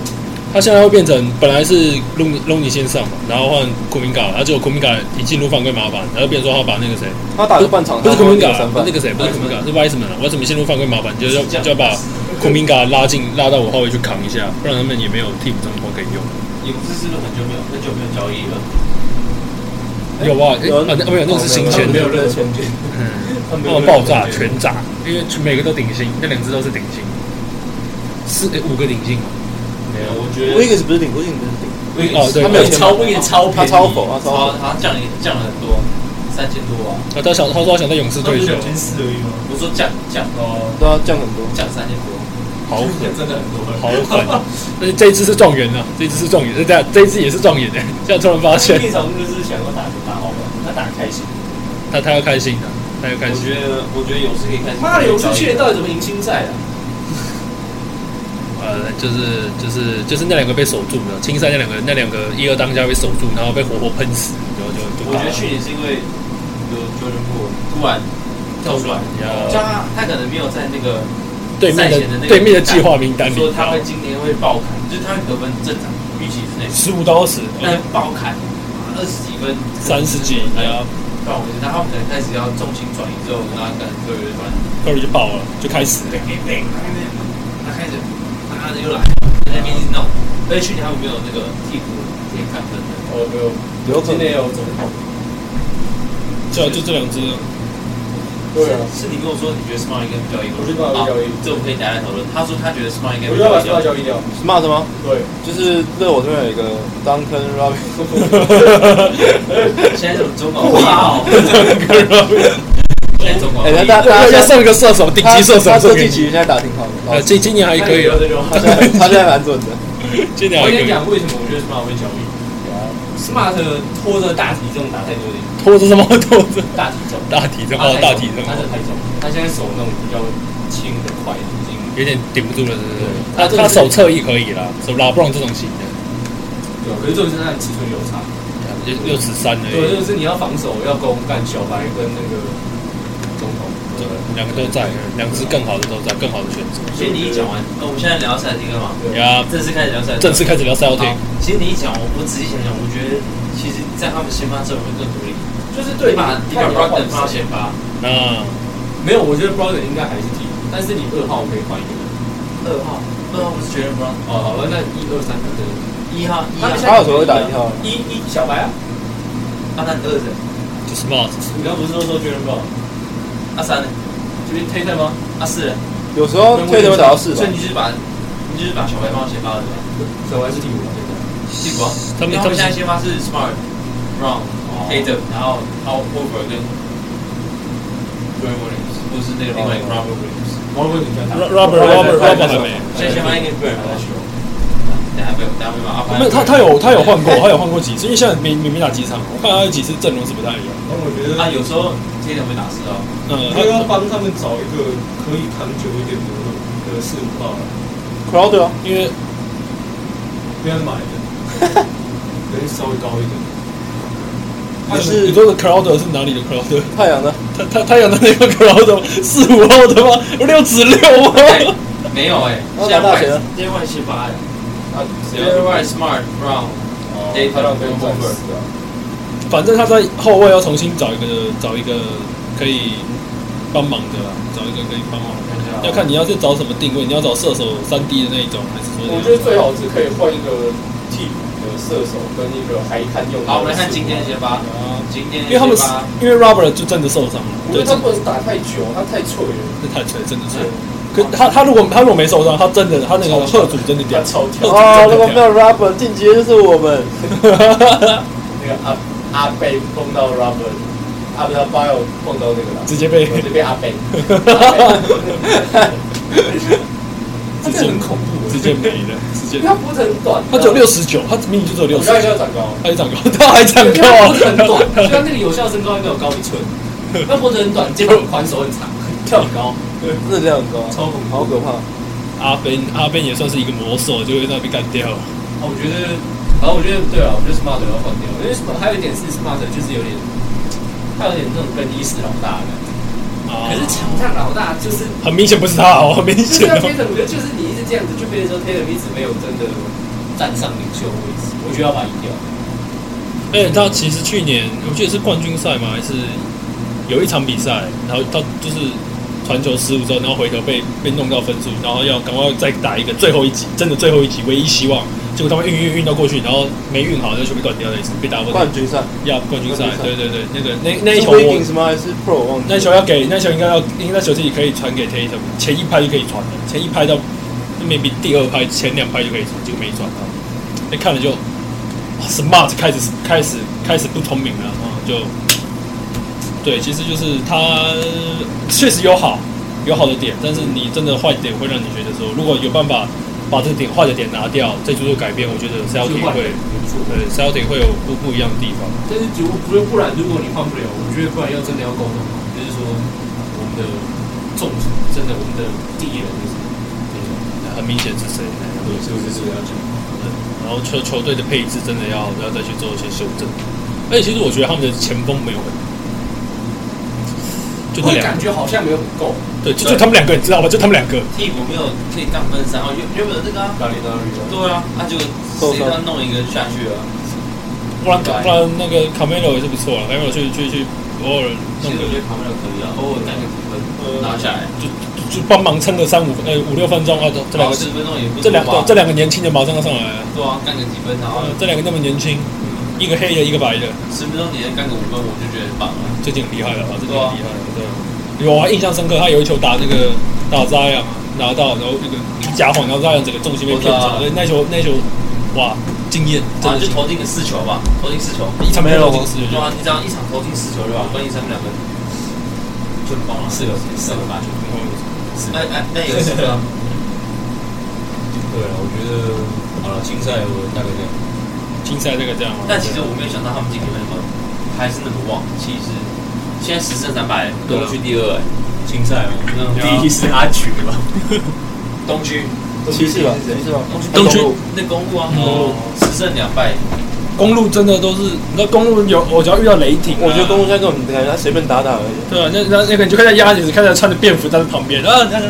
他现在会变成本来是隆隆尼先上嘛，然后换库明嘎，然后结果库明嘎一进入犯规麻烦，然后变成说他把那个谁，
他打个半场，
不是
他
库
会
明
得
嘎
三，分
啊那。个谁不是库明嘎，是 Wiseman 啊，Wiseman 陷入犯规麻烦，就要
是这样
就要把库明嘎拉进拉到我后卫去扛一下，不然他们也没有替补中锋可以用。
勇士是不是很久没有很久没有交易了？
有啊，诶
有
啊那没有那个是新签
没
的，
有热钱，
嗯，那种爆炸全炸，因为每个都顶薪，那两只都是顶薪，四诶五个顶薪嘛，
没有，我觉得
Wiggins 不是顶，Wiggins 不是顶，
哦对
他没有钱
超我也超
他
便宜，
超否，他超
超
否。
他降了降了很多，三千多啊！
啊他想他说他想在勇士退休，
四而已吗？
我说降降
哦，
都要降很多，
降三千多，
好狠。
真的很多，
好狠！而且这一次是状元啊，这一次是状元，这样这一次也是状元的。现在突然发现 [LAUGHS]
立场就是想要打打好玩，他打开心。
他他要开心的，他要开
我
心。
觉得我觉得勇士可以开始。
妈的，勇士去年到底怎么赢新赛啊的？
呃，就是就是就是那两个被守住了，青山那两个那两个一二当家被守住，然后被活活喷死，然后就就
我
打了
觉得去年是因为有 Jordan Poole 突然跳出来，
呀
加上他可能没有在那个
对面
赛前的那
的
个
对面的计划名单里
说，他会今年会爆砍，就是他得分正常预期之内，
十五到二十，
但爆砍二十几分、
嗯三十几，
哎
然后
到我觉得他们可能开始要重心转移之后，那可能就有点乱。
科瑞就爆了，就开始了。
他开始，妈的又来，在那边一直弄。而且去年他们没有那个替补可以看分的，
哦，没有，
有可
今
能
年有总统，
就就这两只，
对啊，
是你跟我说你觉得 Smart 应该比较一个，
我觉得 Smart 比较一个
好这我们可以等一下来讨论。他说他觉得 Smart 应该比
我就要
较
把
一个，
塑料交易掉。
，smart 吗？
对，
就是热我这边有一个 Duncan Robinson，
[LAUGHS]
现在怎么中国哇哦，现在中国
哎，大
[LAUGHS]
家
要
大
要
家
啊上一个射手，顶级射手
他
送
这季
给你。
其实现在打挺好
[LAUGHS]
的，
呃，今今年还可以
[LAUGHS]
了，
这种。
他现在他现在蛮准
[LAUGHS]
的，
今年
我
还可
跟你
以。
讲，为什么我觉得 Smart 会交易？Smart 拖着大体重打太多点，
拖着什么拖着
大体重，
大体重
他
哦
太，重
大体重
他是太重，他现在手那种比较轻的快的已经，
有点顶不住了，是不是
对？
他
他这个
他
是
手侧翼可以啦，手拉布朗这种型的，
对，可是这种是他的尺寸有差。
就六尺三而
对，
已，
就是你要防守，要攻，干小白跟那个总统，对，
两个都在，两只更好的都在，更好的选择。
其实你一讲完，呃我们现在聊赛季了嘛，
呀，
正式开始聊赛季，
正式开始聊赛后听
好，，其实你一讲，我我仔细想想，我觉得其实，在他们先发阵容更独立。
就是
你
对
把
你
你把
看你要换
Brogdon 放到先发，
那
没有，我觉得 Brother 应该还是替补，但是你二号可以换一个人。
二号，二号不是 j a r e Brown，
哦，好吧，那一二三可能
一号，一
他
号
们现，
他有时候会打一号，
一一小白啊，
啊，那你二是，
就 smart
你刚不是说说觉得不好，
啊三呢，
就是推特吗？
啊四呢，
有时候推着会打到四吧
[LAUGHS]
所以，你就是把，你就是把小白放到先发的对吧？
小白是替补啊，
替补啊，
他
因
们
为他
他们
们
是
现在先发是 Smart、Brown、Tatum，然后 Al Horford 跟 Grant Williams，或是那个另外一个 Robert Williams。
王文你看他
Robert Robert Robert 还没，
现在先发应该 Grant 来球，等下被等下被骂。
没有他他有他有换过，他有换过几次，因为现在没没没打几场，我看他有几次阵容是不太一样。
那我觉得
啊，有时候 Tatum 会打失哦。
嗯，
他要
他
帮他们找一个可以扛久一点的那个四五号啊，
Crowder 啊
因为
不要买的，可能稍微高一点。
你
他
是
是
你说的 Crowder 是哪里的 Crowder？
太阳的，
他他他有那个 Crowder 四五号的吗？六指六
哎
吗？
[LAUGHS] 没有哎，
那
现
打
在 Y
大学呢
现在 Y 先发哎
他
，J Y Smart Brown
哦他让别人暂时啊，
反正他在后卫要重新找一个找一个可以帮忙的啦，找一个可以帮忙的。
啊
要看你要是找什么定位，你要找射手三 D 的那一种，还是说
我觉得最好是可以换一个替补的射手跟一个还看用。
好，我们来看今天的先发，
啊，
今天
因为他们
先发
因为 Robert 就真的受伤了，
我
对，
觉得
这
他不能打太久，他太脆了，
太锤，真的是。可他他如果他如果没受伤，他真的他那个贺主真的屌
他，超跳。
哦，那个没有 Robert 进阶就是我
[LAUGHS]
们，
那个阿阿贝碰到 Robert，阿贝他爸有碰到那个了，
直接被
这边阿贝，
直接
恐怖
直接没了，直接
他脖子很短，
他只有六十九，他明明就只有
我
六十
知道，要长高，
他就长高， [LAUGHS] 他还长
因为他脖子很
高
短，，就像那个有效身高应该有高一寸，那脖子很短，肩膀很宽，手很长，跳很高，
热量很高啊，
超恐怖。
好可怕。
阿边阿边也算是一个魔兽，就会那被干掉了。
啊，我觉得，然后我觉得对啊，我觉得 smart 要换掉，因为 smart 还有一点是 smart 就是有点，他有点那种更衣室老大的感觉，
啊
可是场上老大就是
[LAUGHS] 很明显不是他哦，很明
就是
显
要
哦。
推特，我觉得就是你一直这样子，就变成说推特一直没有真的站上领袖位置，我觉得要把它移掉。
而且他其实去年我记得是冠军赛嘛，还是有一场比赛，然后他就是传球失误之后，然后回头被被弄到分数，然后要赶快再打一个最后一集，真的最后一集唯一希望。结果他们运运运到过去，然后没运好，那球被断掉了，也是被打过去。
冠军赛，
呀，冠军赛
冠军，赛
对对对，那个那那一球
是
我
Wiggins 吗？还是 Pro 忘记了？
那球要给那球应该要应该那球自己可以传给 Tatum，前一拍就可以传了，前一拍到 maybe 第二拍前两拍就可以传，结果没传啊，那看了就啊 smart 开始开始开始不聪明了啊，就对，其实就是他确实有好有好的点，但是你真的坏点会让你觉得说，如果有办法把这点坏的点拿掉，再做出改变，我觉得 Celtic 会对 Celtic 会有不不一样的地方。
但是如果不不然，如果你换不了，我觉得不然要真的要沟通，就是说我们的重真的我们的第一人就是这种，
很明显是谁。
对，就是这个要讲。
然后球球队的配置真的要要再去做一些修正。而且其实我觉得他们的前锋没有很，就那
会
两
感
个，
觉好像没有很够。
对，就就他们两个，你知道吗？就他们两个，
替补没有可以当分三哦，原原本有那个啊，
哪里哪里
对啊，那就谁他弄一个下去啊了，
不然
对
不然那个卡梅罗也是不错了，卡梅罗去去去偶尔
其
弄
实
个
我觉得旁边可以啊，偶尔带个几分拿下来，
就帮忙撑个三五呃五六分钟啊，这两个
十分钟也不
这两个
个
这两个年轻的马上要上来了，
对啊，干个几分，然后
呃这两个那么年轻，一个黑的，一个白的，
十分钟你能干个五分，我就觉得很棒了。
啊这点很厉害了吧？这点很厉害了，对。有啊，印象深刻，他有一球打那个打扎呀嘛，拿到然后那个假晃，然后扎呀整个重心被骗走
我
了，那球那球哇，惊艳，
然
真
后
的
就是投进个四球吧，投进四球，
一场没有这个事
对啊，
啊就
你只要一场投进四球就好，关键三分两分，就很棒了，四个四个八球，是哎哎，那有四个啊，
对啊，我觉得好了，竞赛我大概这样。
竞赛这个这样嘛。
但其实我没有想到他们今年那么还是那么旺，其实现在十胜三败，东区第二哎，
竞赛嘛，
嗯
第一是阿曲
啊
吧，
东区
骑士吧，骑
哦
士吧，
东区
公路那公路啊，
哦
十胜两败，
公路真的都是，你知道公路有，我只要遇到雷霆啊、
我觉得公路现在根本感觉他随便打打而已。
对啊，那那那个你就看见鸭子看起来穿着便服站在旁边，然后他就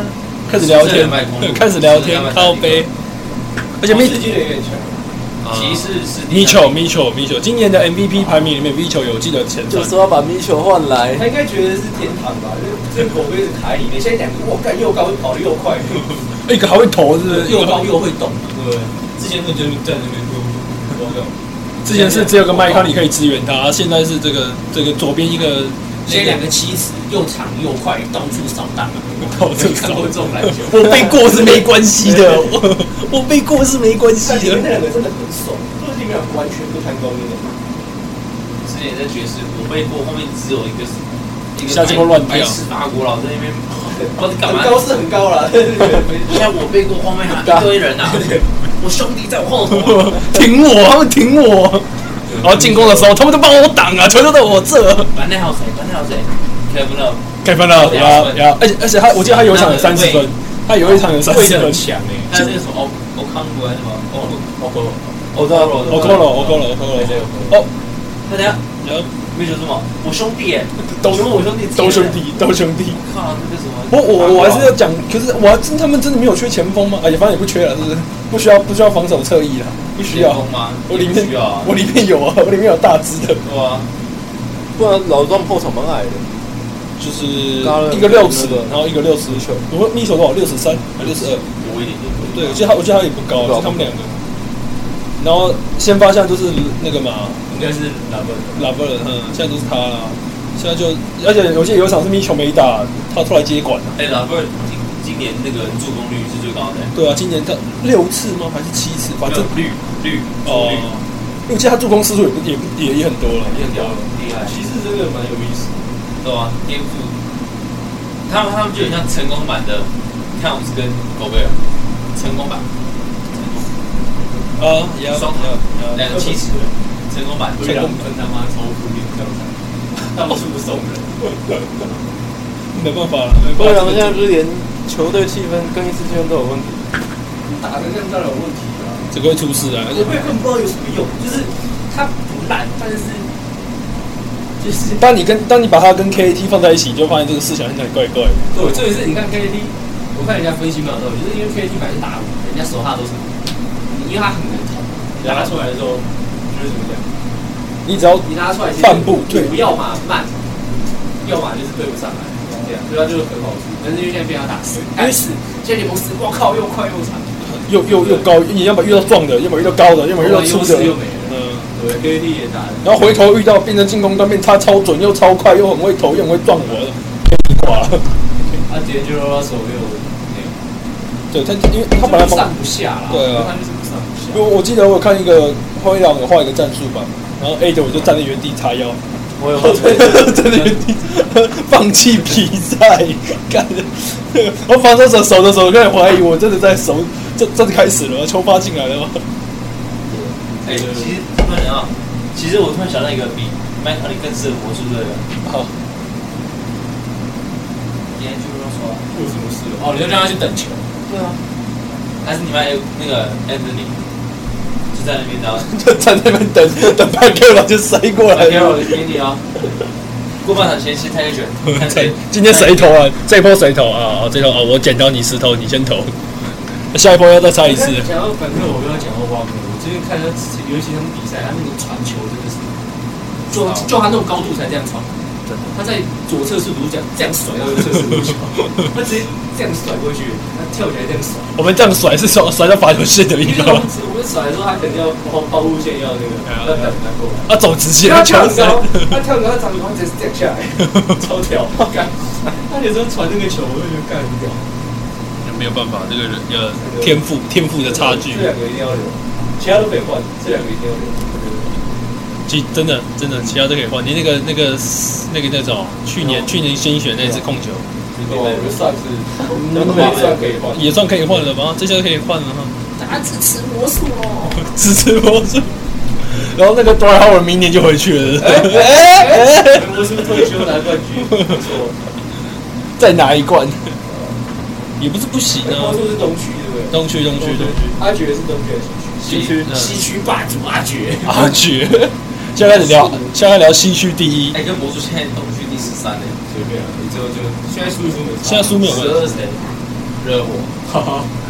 开始聊
十胜
天
两败公，路
对， [LAUGHS] 开始聊天
十胜两败，
靠杯，而且
没
Mi
世界的也强，
骑士是第
Mi
三
Cho Mi Cho Mi Cho 今年的 MVP 排名里面，Mi Cho 有记得前
就
三，
说要把米球换来，
他应该觉得是天堂吧？这这口碑是卡里面，现在两个哇，干又高跑得又 [LAUGHS] 快，
一个还会投，是不
[LAUGHS]
是？
又高又会动，对。之前那就站那边就我靠，
之前是只有个麦康你可以支援他，现在是这个这个左边一个
现在两个妻子又长又快，到处扫荡啊！ [LAUGHS]
到处
没看过这种篮 [LAUGHS] 球，
我被过是没关系的，我我被过是没关系
但前面那
的。
两个真的很爽，就是你们两个完全不贪功那种。
之前在爵士，我被迫后面只有一个一个
下这波乱掉
白痴法国佬在那边，不知道干嘛
很。高是很高 [LAUGHS] 啦，
现在我背过后面还啊
啊
一堆人呐、我兄弟在我后头啊、
停我，他们停我。然后进攻的时候，他们都帮我挡啊，球都在我这。
班内还有谁？班内还有谁？Kevin Love，
开分了，呀呀！而且而且他，我记得他有一场有三十分，他有一场有三十分。
强哎，
还有那个什么欧欧康国还是什么？哦欧
好高。
我知道，
我够了，我够了，我够了。哦，
他等下没说什么，我兄弟耶，
都
全部我兄弟，
都兄，弟，都兄弟。
靠那个什么，
我我我还是要讲，可是我还真他们真的没有缺前锋吗？哎，反正也不缺了，是不是？不需要不需要防守侧翼了，不需要。
吗？
我里面
需要啊，
我里面有啊，我里面有大只的，
对啊，
不然老庄后场蛮矮的。
就是
高了
一个六尺
那个，
然后一个六十球。我米球多少？六十三还是六十二？
我一点点，
对，我记得他，我记得他也不高，
不高
就他们两个。然后先发现在就是那个嘛，
应该是哪个？
拉布尔，嗯，现在就是他啦。现在就，而且我记得有一场是米球没打，他出来接管啊了。
哎，老贝尔今今年那个助攻率是最高的耶，
对啊，今年他六次吗？还是七次？反
啊
正
绿绿
哦，因为我记得他助攻次数也不也不也也很多了。
绿，很屌，厉害。
其实真的蛮有意思。
对啊，颠覆。他们他们就很像成功版的汤姆斯跟狗贝尔，成功版，成
啊，也要
功双
也要
头，两个七十，成功版，
成功分他妈超负面教 [LAUGHS] 材，到处送人。
没办法，没
不
办
然
法。
现在不是连球队气氛、更衣室气氛都有问题。
打的这样当然有问题啊。
这个会出事啊！
我也根本不知道有什么用，就是他不烂，但是就是
当你跟当你把它跟 KAT 放在一起，你就发现这个事情很怪怪的。
对，这也是你看 K A T，我看人家分析蛮有道理，就是因为 K A T 本来是大五，人家手下都是，因为他很能投，你拉啊出来的时候就是怎么讲，
你只要
你拉出来其实
半步退
你要嘛慢，要么就是对不上来，这样，对他就是很好出，但是因为现在被他打死，但是现在联盟四，我靠，又快又长，
又又又高，你要么遇到壮的，要么遇到高的，要么遇到粗
优
的
势，又没了，
嗯，
对 K A T 也打得
然后回头遇到变成进攻端，变他超准又超快，又很会投，又很会撞我了，给你挂了。
他啊直接就让他手没有那个。
[LAUGHS] 对他，因为他
他
本来
不上不下啦，
对啊
他就是不上不下。
我我记得我有看一个后一两个画一个战术吧，然后 A 的我就站在原地叉腰，
我有
站在原地放弃比赛，干，我防守者守着守着开始怀疑我真的在守，这真的开始了吗，球发进来了吗？
哎，其实突然啊，其实我突然想到一个比麦克利更适合魔术队的，
好，
今天就不用啊说了，
做什么事？哦，你就让他去等球。
对啊，还是你们那个 Anthony 就在那边
[LAUGHS]
然后
就 [LAUGHS] 站在那边等等半克吧，就塞过来
给我
了。
给你啊，过半场前先太卷，看
[LAUGHS] 对
谁，
今天谁投啊？这一波谁投啊？哦这一波哦，我剪刀你石头，你先投。 [LAUGHS] 下一波要再猜一 [LAUGHS] 次。
讲到本克，我又要讲奥巴马。我最近看他，尤其他们比赛，他那个传球真的是，就就他那种高度才这样传，
真的。
他在左侧速度奖这样甩啊到右侧速度球，他直接这样甩过去，他跳起来这样甩。
我们这样甩是甩甩到罚球线的地
因为
方
我们，我们甩的时候，他肯定要抛抛物线要那个，要要要过来。
[LAUGHS] 啊，走直线
他
球
跳很
塞。 [LAUGHS]
高，他跳很高，他长得好像直接掉下来，超跳。干，他有时候传那个球，我就觉得干很屌。
没有办法，这个人呃天赋天赋的差距
这，两个一定要留，其他都可以换，这两个一定要留。
其实真的真的其他都可以换。你那个那个那个那种
哦
去年去年新选那次控球
哦，我算是，那个也算可以
啊
换。
也算可以换了吧？这下可以换了哈，
打支持魔术哦。
[LAUGHS] 支持魔术。然后那个 d w y h o w a r 明年就回去了，
魔术退休拿冠军，不错。
再拿一罐， [LAUGHS] 也不是不行
魔
啊。
术是东区对不对？
东区东区东区
阿爵是东区还是西
西区嗯
西区霸主阿爵。
啊去， [LAUGHS] 现在开始 [LAUGHS] 聊，现在开始聊西区第一。
哎，跟魔术现在东区第十三呢，
随便啊，你最后就现在输一输没差。
现在输没有
十
了，
二谁？热火。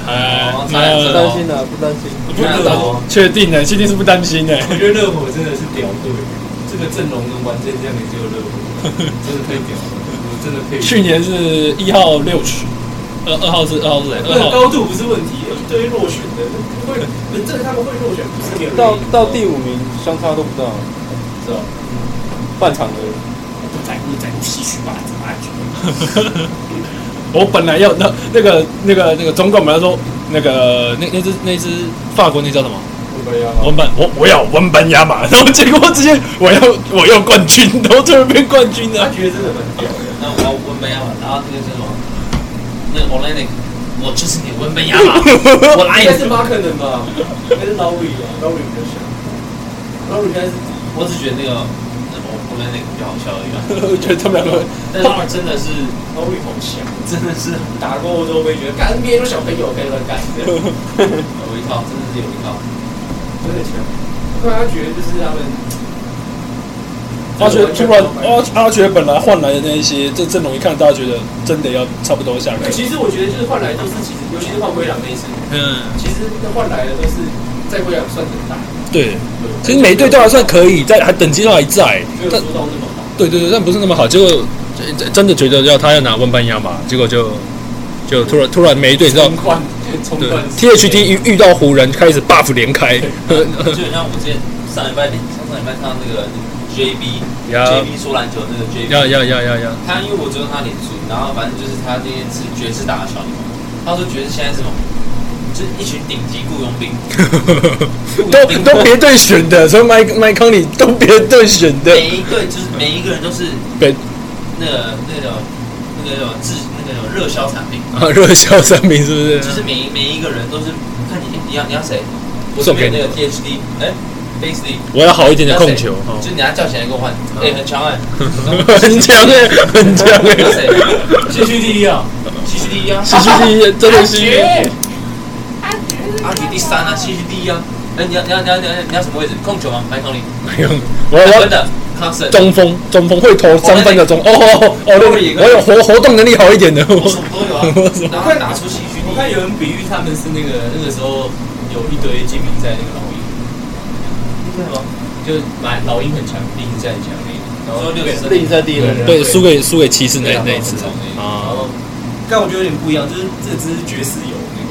哎
哦，
没有
不
了
担心啊，不担心。
不确定呢，确定是不担心呢。
我觉得热火真的是屌队，这个阵容能完成这样也只有热火，真的太屌了，我真的佩服。
[LAUGHS] 去年是一号六区，呃，二号是二号是谁？
那
二
个
号
高度不是问题，一堆落选的会，不是这个他们会落选，不是没有原因
到到第五名相差都不大，
是
啊
吧？
半场而已。
不在乎在乎西区吧，怎么安全？
我本来要那那个那个那个总管本来说那个那那只那只法国那叫什么？
不要
文班我我要文班亚马， [LAUGHS] 然后结果直接我要我要冠军，然后突然变冠军
他
了。
觉得真的很屌的，
那我要温班亚马，然后那个叫什么？那个 o l e n i 我就是你温
[LAUGHS]
班亚马，我来
应该
你
是。马可能吧，应该是老五啊，老五比较强，老五现在是
我只觉得那个那 o l e n i 比较好笑而已啊。
我觉得他们两个
但是他们真的是，
老五好强，
真的是
打过欧洲杯觉得干 NBA 都小朋友可以乱干的。哦
有一套，真的是有一套。
真的强。突然啊觉得就是他们，
阿觉突然阿阿觉本来换来的那一些这阵容一看，大家觉得真的要差不多下课。
其实我觉得就是换来都是，其实尤其是换灰狼那一次，
嗯，
其实那换来的都是在灰狼算很大。
对，
对
其实每队都还算可以，在还等级都还在，
没有
但
说到那么好。
对对对，但不是那么好。结果真真的觉得要他要拿万班亚马，结果就就突然突然每一队你知道
冲，冠，冲
对
冠。
THT 遇遇到湖人开始 buff
[LAUGHS]
连开，
就很像我之前上礼拜上上礼拜看到那个 JB
Yeah.
JB 说篮球那个 JB，
要要要要要，
他因为我追踪他脸书，然后反正就是他那天是爵士打的小联盟，他说爵士现在是什么，就是一群顶级雇佣兵，
[LAUGHS] 都都别队选的，所以 Mike Mike Conley 都别队选的，
每一个就是每一个人都是
别
那个那个那个制那个热销产品，
啊热销三名是不是？
就是每一每一个人都是看你你要你要谁，我这边有那个 THD 哎 b a s e l y
我要好一点的控球，哦
就是你要叫起来给我换，
哦
哎很强
[LAUGHS]
哎，
很强哎，很强
你要谁
哎，
西区第一啊，
西区第一啊，
西区第一真的是
阿局第三啊，西区第一啊，哎你要你要你要你要你要什么位置？控球吗？白孔里。
哦
没有，我要
真的 c o n s t a n
中锋，中锋会投三分的中，哦哦哦，那个我有活活动能力好一点的，
我什么都有
[LAUGHS]
啊，然后打出西区
我
第
看
一，
有人比喻他们是那个那个时候有一堆精英赛那个老鹰，
真的吗？
就是蛮老鹰很强，精英赛很强那个，然后
说六十
另赛第一轮，
对，输给输给骑士那
对啊
那一次
然后很重然
啊，
后，但我觉得有点不一样，就是这只是爵士有那个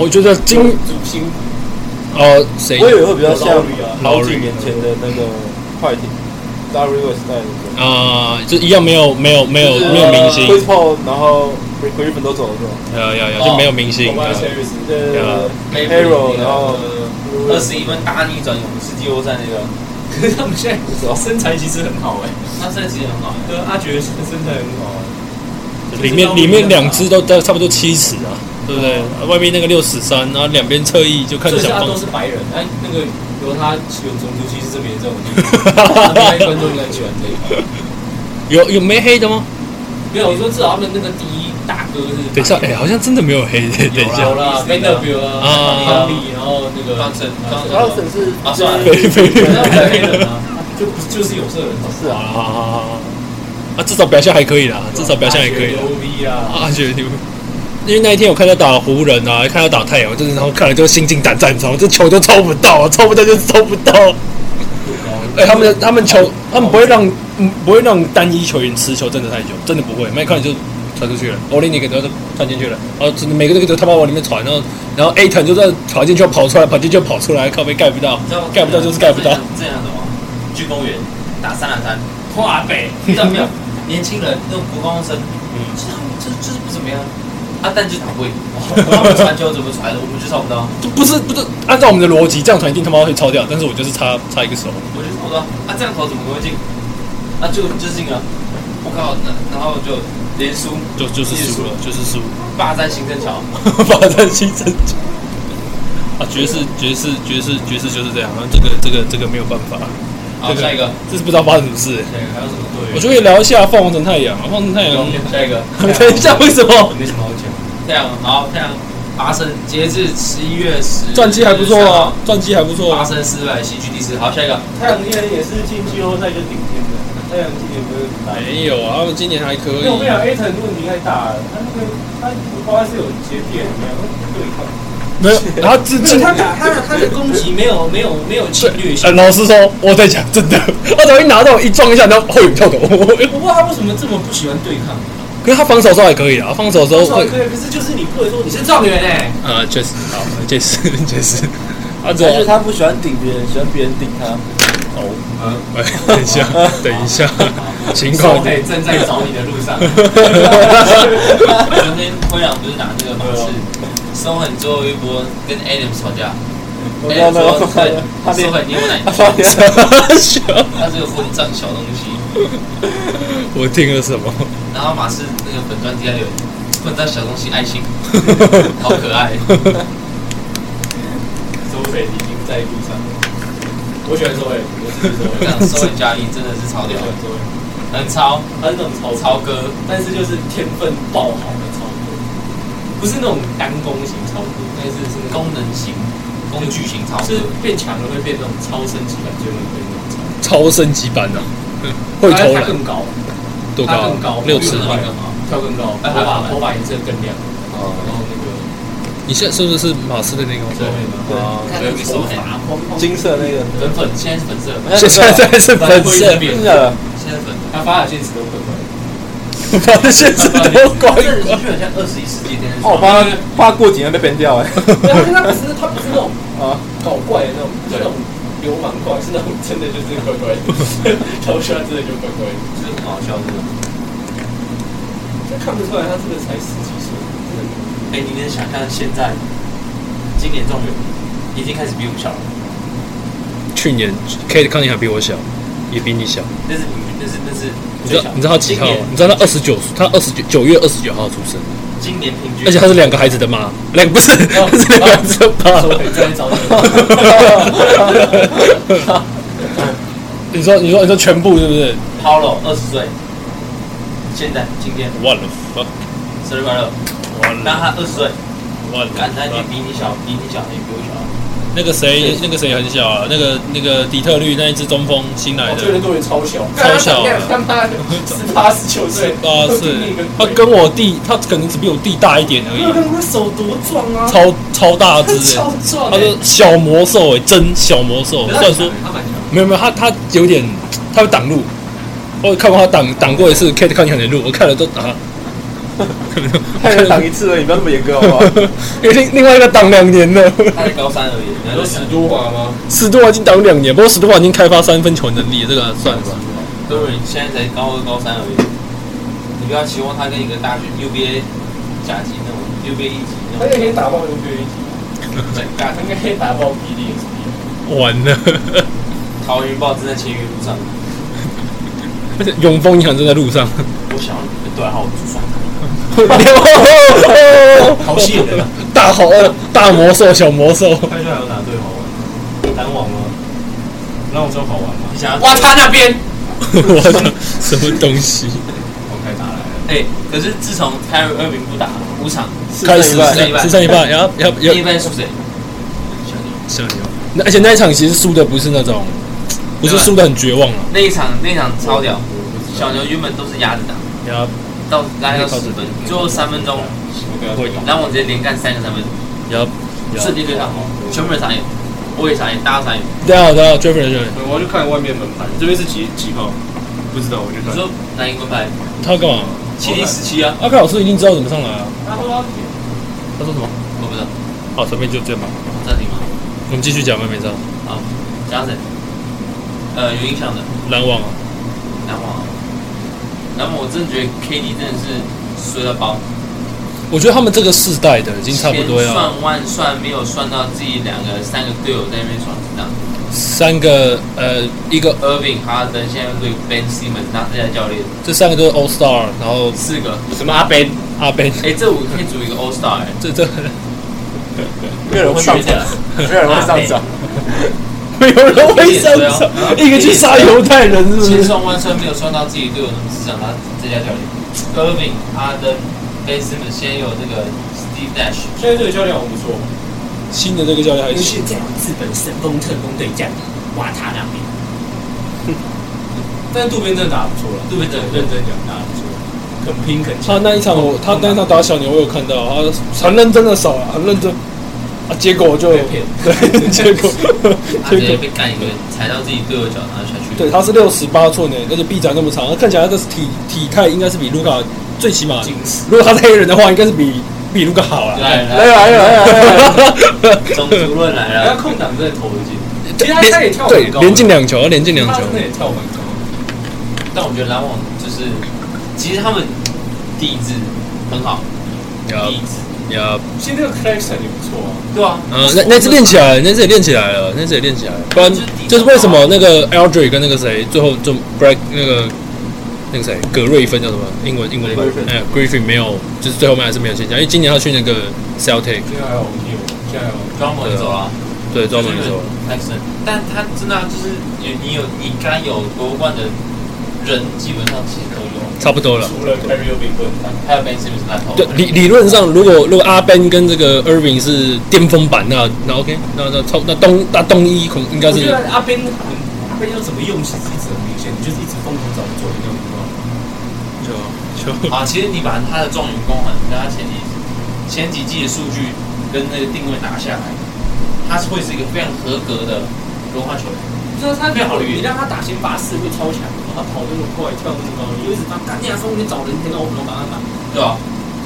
我觉得今
主心骨
哦谁
我以为会比较像
劳
好
力
几年前的那个快艇 d a r r y West 那种，
啊，就一样没有没有没有
就是
没有明星
c，r i s Paul，然后 Rick Griffin 都走了是吧？
要要要就没有明星，呃
，Tobias Harris
对对
啊
对 h a r o 然后
二十一分打逆转勇士季后赛那个，
可是他们现在身材其实很
欸
好哎、
他现在其实很好，
对，阿爵的身材很好、啊，
里面里面两只都都差不多七尺啊，对不对？外面那个六尺三，然后两边侧翼就看着
剩
想
下
放
都，是白人，哎，那个有他有种族歧视这么严重
[LAUGHS]
的地方，应该观众应该很喜欢这一块。
有有没黑的吗？
没有，我说至少他们那个第一大哥是白人。
等一下，哎，好像真的没有黑的，等一
有
下，
啦 v a n d e r b i l 啊，
啊
康利，然后那个
方程方程
然后省是
啊算了
肥肥肥
然后白人啊，就不就是有色人，
是
好
啊，
好好好好，啊，至少表现还可以啦，至哦少表现还可以啦
牛。逼啊！
啊，觉得牛逼。因为那一天我看他打湖人啊，看他打太阳，就是然后看了就心惊胆战，你知道吗？这球都抽不到啊，抽不到就是抽不到。
不高
哎、他们的他们球，他们不会让嗯不会让单一球员持球真的太久，真的不会。麦克就传出去了，欧林尼给他传进去了，然后真的每个那个球他妈往里面传，然后然后 A 腾就在跑进去跑出来，跑进去跑出来，靠背盖不到
你知道，
盖不到就是盖不到。
这样的哦，去公园打三打三，
跨北，
你知道没有？年轻人那种国高中生，嗯，其实他们就就是不怎么样啊，但就是打不赢，
哦
他们传球怎么传的，我们就抄不到，
就不是不是按照我们的逻辑，这样传一定他妈会超掉，但是我就是差差一个手。
我就抄不到啊，这样投怎么会进？啊，就就进了，我靠，那然后就连输，
就就是输了，就是输。
霸占行政桥，
把战新争取。啊，爵士爵士爵士爵士就是这样，啊，这个这个这个没有办法。
好，下一个，
这是不知道发生什么事。
下一个还有什么队员？
我就可以聊一下凤凰城太阳啊，凤凰城太阳。
下一个，
等一下，为什么？
没什么好讲。太阳好，太阳八胜，截至十一月十，
战绩还不错啊，，战绩还不错
八
啊。
胜四败，西区第四。好，下一个，
太阳今年也是进季后赛就顶天的，太阳今年不是打
没有啊，他们今年还可
因
以
为。我跟你讲，A 层问题太大了，他那个他我发现是有节点，你看对抗。
没有，然后这今
他打他的他的攻击没有没有没有侵略性
呃，。老实说，我在讲真的，他只要一拿到一撞一下，然后后仰跳投。
不过他为什么这么不喜欢对抗？
可是他防守的时候还可以啊，防守的时候会。
对，可是就是你不能说你是状元哎，
呃，确实，好，确实， [LAUGHS] 确实。啊，这
但是他不喜欢顶别人，喜欢别人顶他。
哎，等一下，等一下，情况
我。得正在找你的路上。昨天灰狼不是拿这个马刺，松很最后一波跟 Adams 吵架
我知道
，Adams
那
说
个他
松
连
很你有奶，
他连
他是个混账小东西。
我听了什么？
然后马刺那个粉砖底下有混账小东西爱
[LAUGHS]
心，好可爱。
周北已经在路上。我喜欢周北，我是周
这样松很加一真的是超屌，
周北，
很超
他是那种超
超哥，
但是就是天分爆好的超哥，不是那种单攻型超哥，但是是那种
功能型、工具型超
是
哥。
变强了会变那种超升级版，就会变那种超哥。
超升级版啊，会投
他
篮
他更高，
多高
他更高
啊？，六尺
那
跳
个
啊。
跳更高，头发哎头发颜色更亮，然后那
哦
个
你现在是不是是马刺的那个吗？
对
[LAUGHS]
对
啊，
看那个手很
发光光，
金色那个，
粉粉，现在是粉色，
现在现在是粉色，
真的，
现在是粉。
他发的现实都更高。
发现是多怪
这的
怪。
确很像二十一世纪电视剧。
哦，我怕他怕过几年被编掉哎。
对啊，他不是他不是那种
啊，
搞怪的那种，不是那种流氓怪，是那种真的就是乖乖
[LAUGHS]
的，头圈真的就乖乖的，
就是很好笑的。
就看不出来他真的才十几岁，真的
哎、你能想象现在今年状元已经开始比我们小了？
去年 K 康宁还比我小，也比你小。
那是平均，那是那是
你知
最
道
小。
你知道他几号
今
吗
年？
你知道他二十九，他二十九九月二十九号出生，
今年平均，
而且他是两个孩子的妈，两个不是，他 [LAUGHS] 是两个孩子的
周
爸。
北再找你，
你说你说你说全部是不是
Paulo 二十岁，现在今天
？What the fuck？
生日快乐！那他二十岁，
What the
敢他已
fuck？
经比你小，比你小，也比我小。
那个谁，那个谁很小啊，那个那个底特律那一只中锋新来
我
的
觉，得多人超小，
超小
干他妈的十八十九岁，
啊是
那个，
他跟我弟，他可能只比我弟大一点而
没有
已，
看他手多壮啊，
超超大只欸，
[LAUGHS] 超壮
他
欸，
是小魔兽哎，真小魔兽，虽然说
他蛮强的，
没有没有，他他有点，他会挡路，我有看过他挡挡过一次 Kate 看起来的路，我看了都啊， [LAUGHS]
太阳挡一次而已，不要那么严格好不好？
[LAUGHS] 因为另另外一个挡两年了，
他才高三而已，然
有
后
史
想
都华吗？
史多瓦已经挡两年，不过史多瓦已经开发三分球能力，这个算了吧。
都人现在才高二、高三而已。你不要期望他跟一个大学 UBA 甲级那种 UBA 一级那
他
种
那天打爆 NBA，
[LAUGHS] 整大
他应该可以打爆 BDS。
完了，
桃园报正在签约路上。
[LAUGHS] 永丰银行正在路上，
我想要对好我住
[LAUGHS] 好
好吸引人啊！
大好大魔兽小魔兽，
快下来有哪队好玩？篮网吗？
哦
篮网真好玩吗？
你想要
哇，他那边
[LAUGHS] 我操，什么东西？
我开打来了，
哎、可是自从 Kyrie Irving 不打五场，
开始
这一半
十三一半，然后然后
另
然
一
后
半输谁？
小牛，那而且那一场其实输的不是那种，不是输的很绝望啊。
那一场那一场超屌，小牛原本都是压着打，
然后
到拉到十分，最后三分钟，
我跟
会
打。
然后我直接连干三个三分，
然后
瞬间对上，全部人傻眼。
啊
我也傻眼，大家傻眼。
对啊对啊 j e f f r e y 对，
我要去看外面门牌，这边是几几号？不知道，我就
你
看。
说哪一个门牌？
他要干嘛？
七零十七啊？
阿凯老师一定知道怎么上来啊。
他说他
他说什么？
我不知道，
好，随便就这样吧。
暂停吧。
我们继续讲外面上
好，加谁？呃，有影响的
篮网啊，
篮网啊。篮网，我真的觉得 KD 真的是衰到爆，
我觉得他们这个世代的已经差不多
千
要
算万算没有算到自己两个三个队友在那边爽这样。
三个呃一个
Irving、哈登现在对 Ben Simmons，他自己的教练，
这三个都是 All Star，然后
四个。
什么阿 Ben？
阿 Ben
哎、这五个可以组一个 All Star 哎、
[LAUGHS] 这这
没有人会上场，没有人会上场。
没有人会上
对
场
啊，
一个去杀犹太人是不
千
是？
算万算没有算到自己队友能智障，他这家教练，Irving、哈登、Ben Simmons，先有这个 Steve Nash，
现在这个教练我不错，
新的这个教练还
于是
行，
这样，日本神风特工队战瓦塔纳米。
但是渡边真的打得不错了，
对不对？
认真讲打得不错，很拼很
他
强。
那一场我他那一场打小牛，我有看到，他很认真的守啊，很认真啊，结果就
被
[LAUGHS]
骗啊
对，结
[LAUGHS]
果
他直
结
接
果
被干一个，踩到自己队友脚，然后下去。
[LAUGHS] 对，他是六十八寸的，而且臂展那么长，看起来他的体体态应该是比卢卡最起码，如果他是黑人的话，应该是比比卢卡好啊了。
来
[LAUGHS]
来了来了来了来了，
种族论来
他
了，
空档真的投得进，其实他他也
连
跳得
对
很高，
连进两球，连进两
他
球。
真的也跳得很高。
但我觉得篮网就是，其实他们底子很好，
呀
底子
呀，
其实那个 Clarkson 也不错啊，
对啊，
嗯，那那次练起来，那次也练起来了，那次也练起来了。不然
就是底
就是为什么那个 Aldry 跟那个谁最后就 break 那个那个谁葛瑞芬叫什么英文英文版
Griffin
哎 Griffin 没有，就是最后面还是没有现象，因为今年他去那个 Celtic
现在还有 O'Neal，现在还有
专门走了。
对专门说
Jackson，但他真的啊就是有你有你该有夺冠的人，基本上其实都有，
差不多了。
除了 Kyrie Irving 不能打，
还有 Ben Simmons 那头。
对理理论上，如果如果阿 Ben 跟这个 Irving 是巅峰版，那那 OK，那那超那东那东一恐应该
我觉
是
得阿边阿边要怎么用，其实一直很明显，你就是一直疯狂找做运动，
就
啊，其实你把他的状元功很跟他前几前几季的数据跟那个定位拿下来，他是会是一个非常合格的轮换球员。
你知道他
没有考虑
你让他打先发四会超强，然后他跑那么快，跳那么高，你就一直他干，你还疯狂找人，天到我们把他打，
对吧、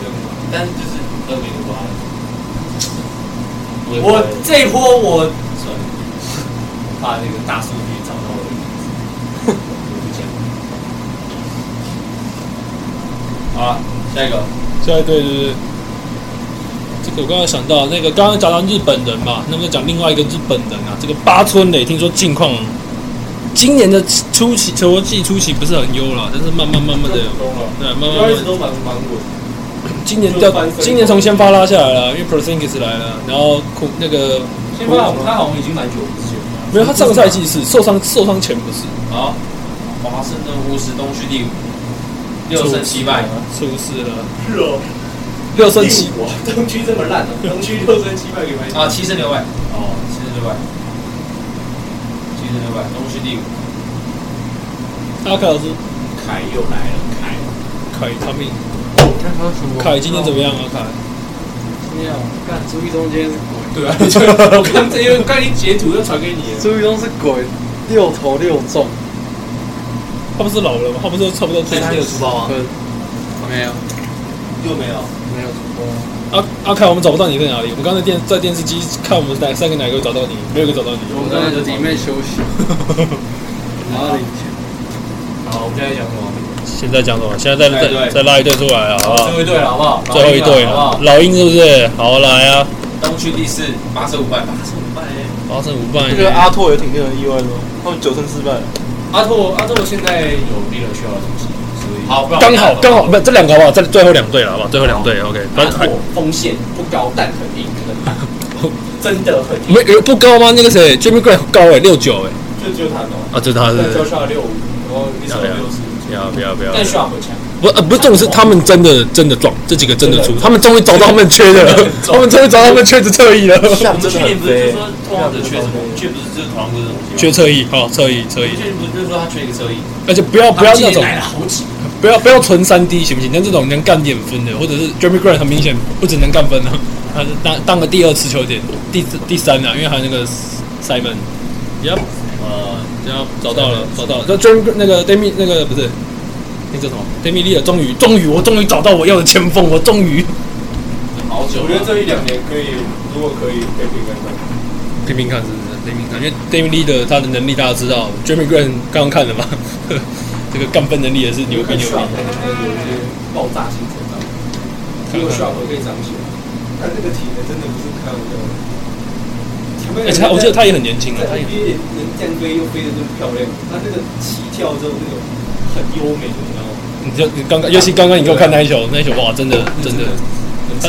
对吗？
但是就是二比五啊。
我这一波我算了怕那个大数据找到我
[LAUGHS]
的名字，我不讲。
好
啊
了，下一个
下一对对对，这个我刚刚想到那个刚刚讲到日本人嘛，那么讲另外一个日本人啊，这个八村垒听说近况，今年的初期球季初期不是很优了，但是慢慢慢慢的，
中了，
对，啊慢慢
因为一直
慢
都蛮蛮稳。
今年掉，今年从先发拉下来了，因为 Porzingis 来了，然后库那个
先发好，他好像已经蛮久不见了。
没有他上个赛季是受伤受伤前不是
好，华盛顿巫师东区第五，六胜七败。
出事了，
是哦，
六胜七
哇，东区这么烂啊，东区六胜七败给白
啊，七胜六败，哦，七胜六败，七胜六败，东区第五，
阿凯老师
凯又来了，凯
凯他命，凯今天怎么样啊？凯
没有，干朱一中今天是鬼，
[LAUGHS]
对啊，就我刚这因为刚才截图又传给你了，
朱一东是鬼，六投六中，
他不是老了吗？他不是差不多退休了。
包
对，
没有，又没有，
没有出包。
阿阿凯，我们找不到你在哪里？我们刚才电在电视机看我们哪三个哪个找到你，没有一个找到你。
我在里面休
[LAUGHS]
息，然后领钱。
好，我们现在讲什么？
现在讲
再
什么？现在
再
再拉一队出来了，好不
最后一队了，好不好？
最后一队
好不好？
老鹰是不是？好来啊，
东区第四，八胜五败，八胜五败，哎
八胜五败
这个啊阿拓有挺令人意外的哦，他们九胜四败，
阿拓，阿拓现在有令人需要的东西，所以
好，不然我
刚
们
好
看
刚好，不，这两个好不好？这最后两队了，好不好？最后两队，OK。
阿
反正还哎
拓锋线不高，但很硬，很烂，真的很硬，
没有不高吗？那个谁，Jimmy Graham 高哎，六九哎，
就就他懂。
啊，就是他是
但
不
交
是？
下六五，然后一手六十，
不要不要不要！
但需要很强。
不呃不，重点是他们真的真的壮，这几个真的出，他们终于找到他们缺的了，他们终于找到他们缺的侧翼了，
[LAUGHS]
我们去年不是就说拓荒者缺什么？我们去年不是就是讨论过这种东西
缺
吗？
侧翼，好侧翼侧
我
翼
们，去年不是就是说他缺一个侧翼？
而且不要不要那种。
来了好几
不要不要纯三 D 行不行？但这种能干点分的，或者是 Jeremy Grant 很明 [LAUGHS] 显不只能干分啊，他是当当个第二次球点，第第三啊，因为他那个 Simon。Yep，
呃，
要找到了，找到了。那 j o 那个 Demi 那个不是，那叫什么？Demi Lee 终于，终于，我终于找到我要的前锋，我终于
好久
我觉得这一两年可以，如果可以，可以拼看看。
拼拼看，是不是？拼拼看，因为 Demi Lee 的他的能力大家知道，Jeremy Grant 刚刚看了嘛， [LAUGHS] 呵这个干分能力也是牛逼
看
牛逼。
Sharp 应该有一些爆炸性成长，只有 Sharp 可以长起来，但那个体能真的不是开玩笑的。前
而
面
且他我记得他也很年轻啊，他也
在 NBA 能这样飞又飞得这么漂亮，他那个起跳之后那种很优美，你知道吗？
你就你刚刚，尤其刚刚你给我看那一球，那一球哇，真的真的，
很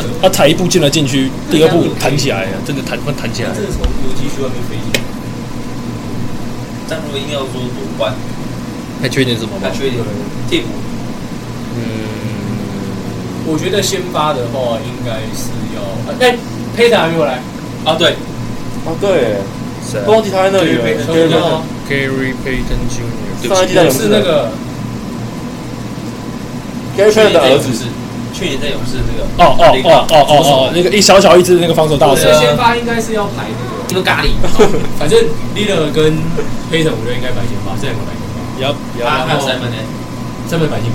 他
扯，
他踩一步进了禁区，第二步弹起来了，啊真的弹快弹起来
真
了。
的从游击区外面飞进来。
但如果硬要说夺冠，
还缺点什么吗
还？缺一点替补，
嗯，
我觉得先发的话应该是要，呃哎，佩塔还没有来，
啊，对，
哦，对，
啊
谁
都忘记他在那里了。
所以
Jerry
然
Payton
后
Gary Payton Jr. 对不
上一
起
季在勇
是
士
那
的
个
Gary
去
Payton
年
的
在
儿
勇
子，
士，去年在勇士那个
哦哦哦哦哦哦，那个一小小一只那个防守大
我
师啊
觉得，先发应该是要排那个，
那个咖喱，
反正 l i l a 跟佩塔我觉得应该排先发，这两个排先发。
要
他
要
还有 Simon 呢，
三分摆进，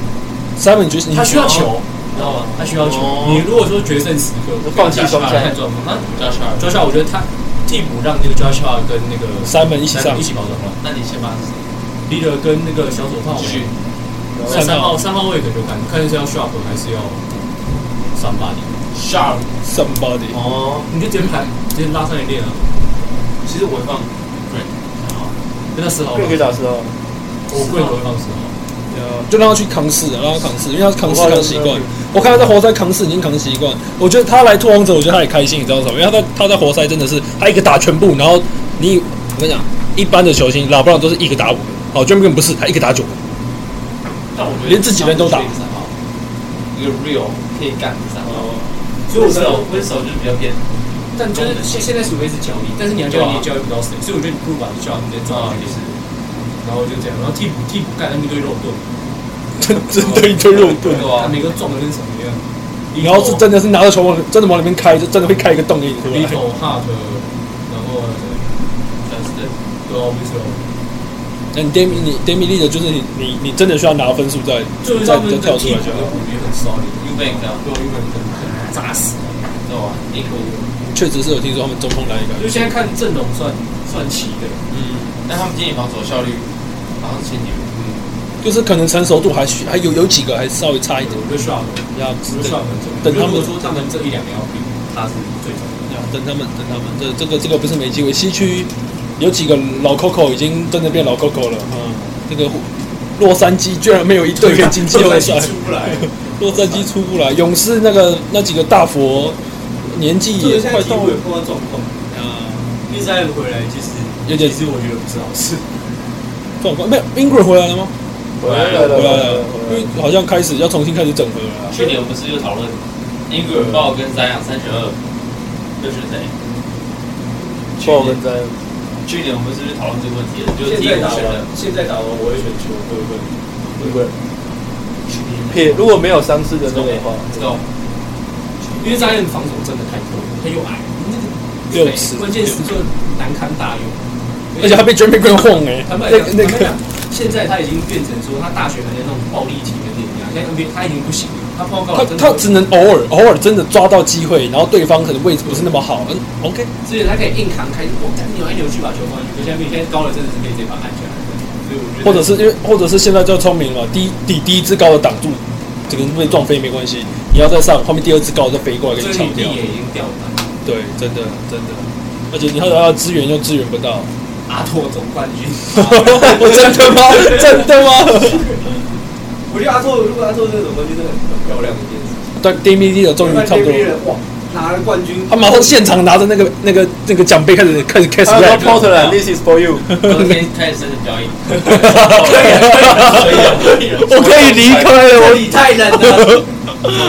Simon 就是你哦
他需要球，你知道吗？他需要球。你如果说决胜时刻，
就放弃双
看
枪，
状况。
叫 s h a r
那 Joshua，我觉得他替补让那个 Joshua 跟那个
Simon 一起上
Simon 一起跑的话
那你先把是
l e a d e r 跟那个小左炮
继续，
那三号三号位可能就看看是要 Sharp 还是要 Somebody。
Sharp
somebody，
哦，
你就直接排，直接拉上来练啊，
其实我会放
跟他十号吧
更可以打四号。
我个人不会放十号。
就让他去扛四，让他扛四，因为他扛四扛习惯。我看他在活塞扛四已经扛习惯，我觉得他来拓荒者，我觉得他也开心，你知道为什么？因为他在他在活塞真的是他一个打全部，然后你我跟你讲，一般的球星拉布朗都是一个打五个，好 j a m e n 不是，他一个打九个。
但我觉得
连自己人都打
一个 real 可以干三号，
哦所以我知道，
手温手就是比较偏
但就是现现在除非是交易，但是你要交易你也交易不到谁，所以我觉得你不如把 Joshua 直接抓上去，然后就这样，然后替补替补干他们一堆肉盾。
真的一堆肉盾，
对啊
每个撞的跟什么一样。
然后是真的是拿着球往真的往里面开，就真的会开一个洞给你出
l i
来
t t。l Hard，然后
算是
对啊，没错，
那你 Demi 你 Demi 力的就是你你你真的需要拿分数再
就是
再
他们
再
的
跳出
替
来
补
就
的
好。
补也很少，
Eubank 啊，
对，因为很扎实。
对吧？尼克，
确实是有听说他们中锋来一
就
个，
现在看阵容算算齐的，
嗯，但他们今年防守效率好像是前几名，
就是可能成熟度还需还有有几个还稍微差一点
我，觉得 Sharp，
要
我觉得 Sharp 很重要。
等他们
如果说他们这一两年要拼，他是最重要
等
的。
他们等他们，这这个这个不是没机会。西区有几个老 Coco 已经真的变老 Coco 了，嗯，这个洛杉矶居然没有一队可以进季后赛，
出来，
洛杉矶出不来，勇士那个那几个大佛年纪
就
也
是现在
快
替
到
补
了
有碰到状况，
啊。
一直还回来，其实
有点
其实我觉得不是好事。
状况没有 Ingram 回来了吗？
回
啊
来了，
回
回
来
来
了
了，，
因为好像开始要重新开始整合了啊。
去年我们是又讨论英格尔鲍跟三亚三十二，又选谁？
爆跟詹，
去年我们是不是讨论这个问题了？就是
现
第一
在
个
打
选
完
的，，
现在打完我会选球会不会？
对不对？撇如果没有伤势的那个的话，
知道
因为扎燕防守真的太多，他又矮，那
又
个
吃
关键时刻难堪大用，
而且他被 Jeremy Green 晃哎，
坦白
那
讲，
个
坦
那
白
个
讲，现在他已经变成说他大学还在那种暴力体能碾压，啊现在 NBA 他已经不行了，他报
他
告了真的
他只能偶尔偶尔真的抓到机会，然后对方可能位置不是那么好，嗯，OK，
之前他可以硬扛开，我干扭来扭去把球放进去，可现在现在高了真的是可以直接把他按下来，所以我觉得
或者是因为或者是现在就聪明了嘛，第一第第一只高的挡住，这个人被撞飞没关系，你要再上，后面第二只高的再飞过来给
所
你
以
抢
你
掉
也，已经掉了。
对，真的真 [LAUGHS] 的，而且你还要支援又支援不到，
阿拓总冠军，
[LAUGHS]
[LAUGHS]
真
[LAUGHS]
的 [LAUGHS] 吗？真的吗？ [LAUGHS]
我觉得阿拓如果阿拓这个总冠军真的很漂亮的一件事情，
但 d a m i d 的终于差不多了。
哇拿了冠军，
他马
[LAUGHS]
上现场拿着那个那个那个奖杯开始开始开始
他说
rap，
Portland，this is
[LAUGHS]
for you。
昨天开始真的表
[LAUGHS]
演，
啊
[LAUGHS] 啊
我可以离啊开
这
了，
里太冷了，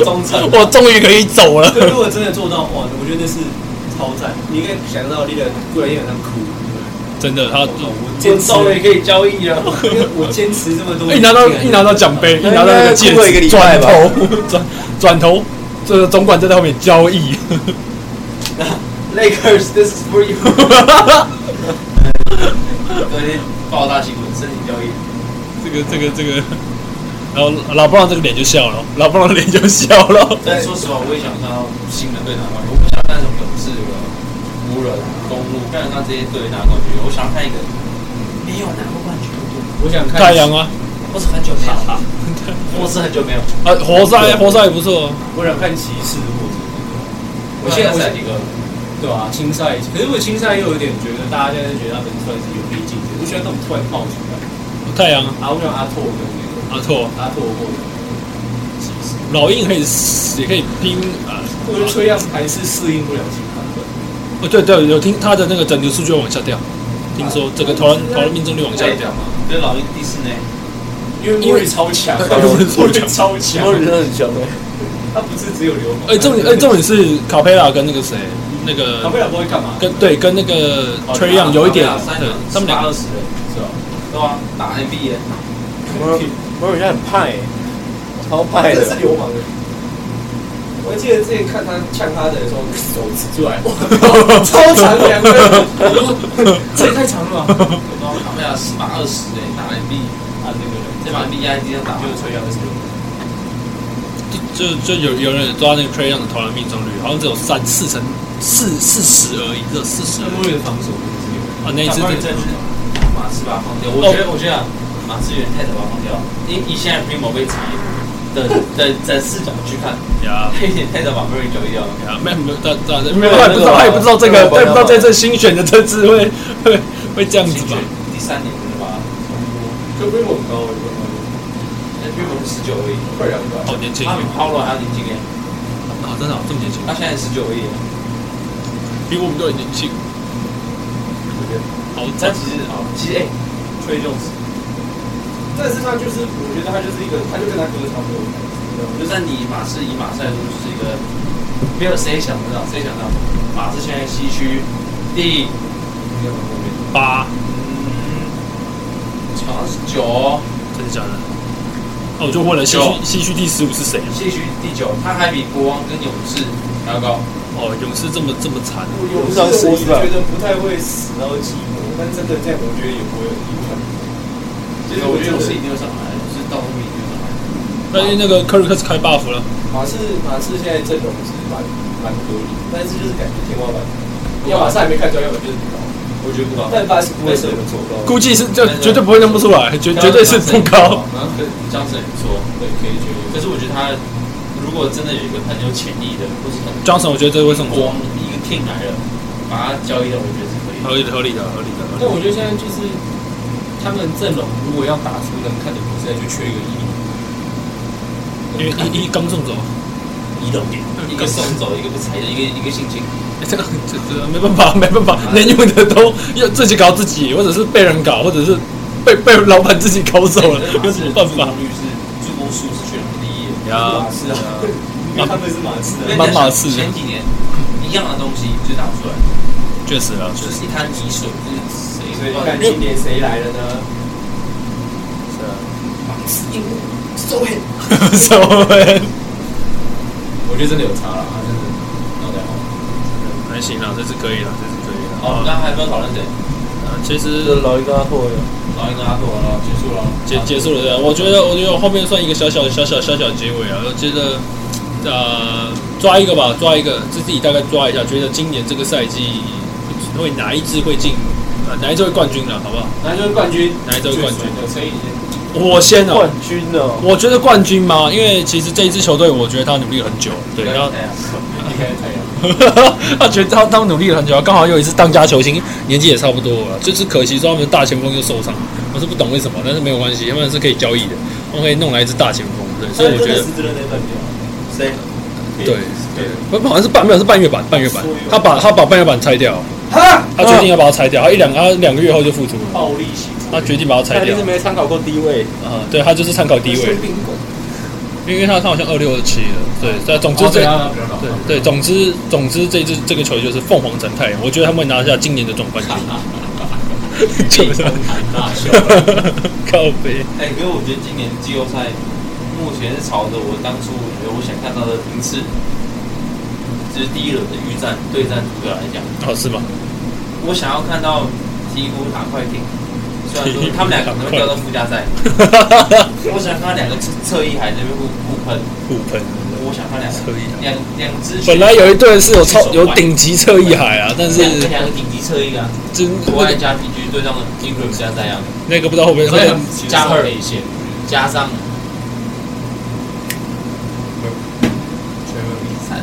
中正。
[LAUGHS]
我我终于可以走了。
对，如果真的做到，哇，我觉得那是超赞。你应该想到你的固然也很哭，
真的，他
坚持，
终于可以交易了。
[LAUGHS] 因为我坚持这么多，
一哎拿到一拿到奖杯，一拿到那个戒
应该哭了一个
指，
礼
转
拜吧
头转转头，这个总管就在后面交易。
Lakers，this is for you。昨天爆大新闻，身体掉一点。
这个这个这个，然后老布朗这个脸就笑了，老布朗的脸就笑了。
但说实话，我也想看到新的队拿冠军。我不想看什么勇士、湖人、公路，不想看这些队拿冠军。我想看一个没有拿过冠军的队。
我想看
太阳，啊，
我是很久没有，
[LAUGHS]
我是很久没有。
啊，活塞活塞也不错。
我想看骑士或者我现在
在几个，
对啊，青赛，可是我青赛又有点觉得大家现在觉得他们算是有力竞争，我喜欢那种突然冒出来。
太阳啊，
啊，我想阿拓跟那个
阿拓，
阿拓或者骑士，
老鹰可以也可以拼啊。
我觉得崔样还是适应不了新版本。
哦，对对，有听他的那个整流数据往下掉，听说整个投篮投篮命中率往下掉。
嘛？对老鹰第四呢？
因为莫里超强，
莫里超强
超
然
强
后，人真的很强
[LAUGHS]
哎。
他不是只有流氓。
哎，重点哎重点是卡佩拉跟那个谁，那
卡
个
贝尔不会干嘛？
跟对跟那个
哦
崔样
啊
有一点，对，他们两
二
个
十，
是吧？
对吧？打 NBA，
摩尔摩尔现在很派哎，超派
真
[LAUGHS]
的
的。是流氓的。我还记得之前看他呛他的时候，手指出
[LAUGHS]
来，哇超长两根，这也太长了吧？
对吧？他们俩十八二十哎，打 NBA，
啊，那个人
再把 NBA 今天打
就是崔杨的时候，
就就有有人抓那个崔样的投篮命中率，好像只有三四成四四十而已，只有四十
那莫里的防守就是流氓
啊。那一次
真是马刺把他放掉。我觉得，我觉得啊马刺有点太早把他放掉了，因以现在 Primo 被裁的的的视角去看，
呀。
他有点太早把 Murray 交易掉了。
啊，没有没有，他他没有，他也不知道，他也不知道这个，他也不知道在这新选的这次会会会这样子
新
吧
选？第三年对吧？
就规模很高，我觉得
那 Primo 是十九而已，
快两百。
好年轻
他
啊
比，Paul 还要年轻哎，
哦真的这么年轻，
他现在十九而已。
比我们都很年轻。好惨，
但其实啊，其实哎，吹就是
但是他就是，我觉得他就是一个，他就跟他哥差不多。
就算你马刺以马赛说，就是一个没有谁想得到，谁想到马刺现在西区第
八，
嗯，好像是九，
真的假的？哦那我就问了西区西区第十五是谁？啊
西区第九，他还比国王跟勇士还要高。
哦，勇士这么这么惨，
我
知道是
我是
一吧
觉得不太会死到寂寞，但真的这样，我觉得也不会有意外。
其实我觉得勇士一定会上来，就是到后面一定会上来。
那因为那个科瑞克是开 buff 了，
马刺马刺现在阵容是蛮蛮合理，但是就是感觉天花板，要马刺还没看出来，要么就是不高。
我觉得不高，
但巴斯不会是我们做高，
估计是就绝对不会认不出来，绝绝对是不高。
然后跟这样子也不错，
对，可以觉得
可是我觉得他如果真的有一个很有潜力的，或是很
Johnson 我觉得这会送
国
过
王，一个 king 来了，把他交易掉，我觉得是可以的。
合理的合理的合理的。
但我觉得现在就是他们阵容如果要打出能看的比赛，就缺一个一零，
因为一一刚送走，
一零点。
一个送走，一个不踩，一个一个性侵，
哎 [LAUGHS] 这个这这没办 [LAUGHS] 法没啊办法，能用的都要自己搞自己，或者是被人搞，或者是被被老板自己搞走了，有什么办法？
率是助攻数是全联盟第一的。
呀，
是啊，因为他们是马刺
因为
的，
蛮马刺的
前几年一样的东西就打不出来，
确实啊，确
就
实
是一滩泥水，就是谁
所以你
都不知道
看今年谁来了呢？
是
周伟，
啊， [LAUGHS] 什么玩意？
我觉得真的有差了，他真的脑袋好。
还行啦，这次可以啦，这次可以啦。
哦，我们刚刚还没有讨论谁，
啊，其实
这老鹰跟阿拓的，
老鹰跟阿拓了，结束了，
结结束了对吧，啊我觉得我觉得我后面算一个小小小小小小结尾啊，我觉得呃抓一个吧，抓一个，自己大概抓一下，觉得今年这个赛季会哪一支会进，啊哪一支会冠军了，好不好？
那就是冠军，
哪一支会冠军？
所以
我先
啊冠，
哦
啊
军哦，
我觉得冠军嘛，因为其实这一支球队，我觉得他努力了很久，对，然后
哎呀，
应该太阳。
[LAUGHS] 他觉得他他们努力了很久，刚好又一次当家球星，年纪也差不多了，就是可惜说他们的大前锋又受伤，我是不懂为什么，但是没有关系，他们是可以交易的，我们可以弄来一支大前锋，对，所以我觉得
是真的在断掉。
谁？
哎对对，不好像是半没有是半月板半月板，他把他把半月板拆掉，
哈，
他决定要把它拆掉，他一两他两个月后就复出了，
暴力型。
他决定把它
他
拆
一定
掉
是，没参考过低位。
啊，对他就是参考低位，因为他他好像二六二七了，哦对，但总之
哦
就这
啊
样，
这。啊
比较老。
对对，总之总之这支这个球队就是凤凰城太阳，我觉得他们会拿下今年的总冠
[LAUGHS]
军。就是 [LAUGHS]
大秀。
靠背，
哎，可是我觉得今年季后赛目前是朝着我当初我觉得我想看到的频次，就是第一轮的预战对战组合来讲，
哦是吗？
我想要看到鹈鹕打快艇，虽然
[LAUGHS]
说他们两个可能会掉到附加赛。我想看到两个侧侧翼还在那边互互喷，
互喷。
我想看两个
侧翼
两两只。
本来有一队是有超有顶级侧翼海啊，但是
两个两个顶级侧翼啊，
真
国外加 PG 对上 Ingram 加这样，
那个不知道会不会
所以
那
他
个
们其实
加
稍
二
微一些，
加上
全部比
三，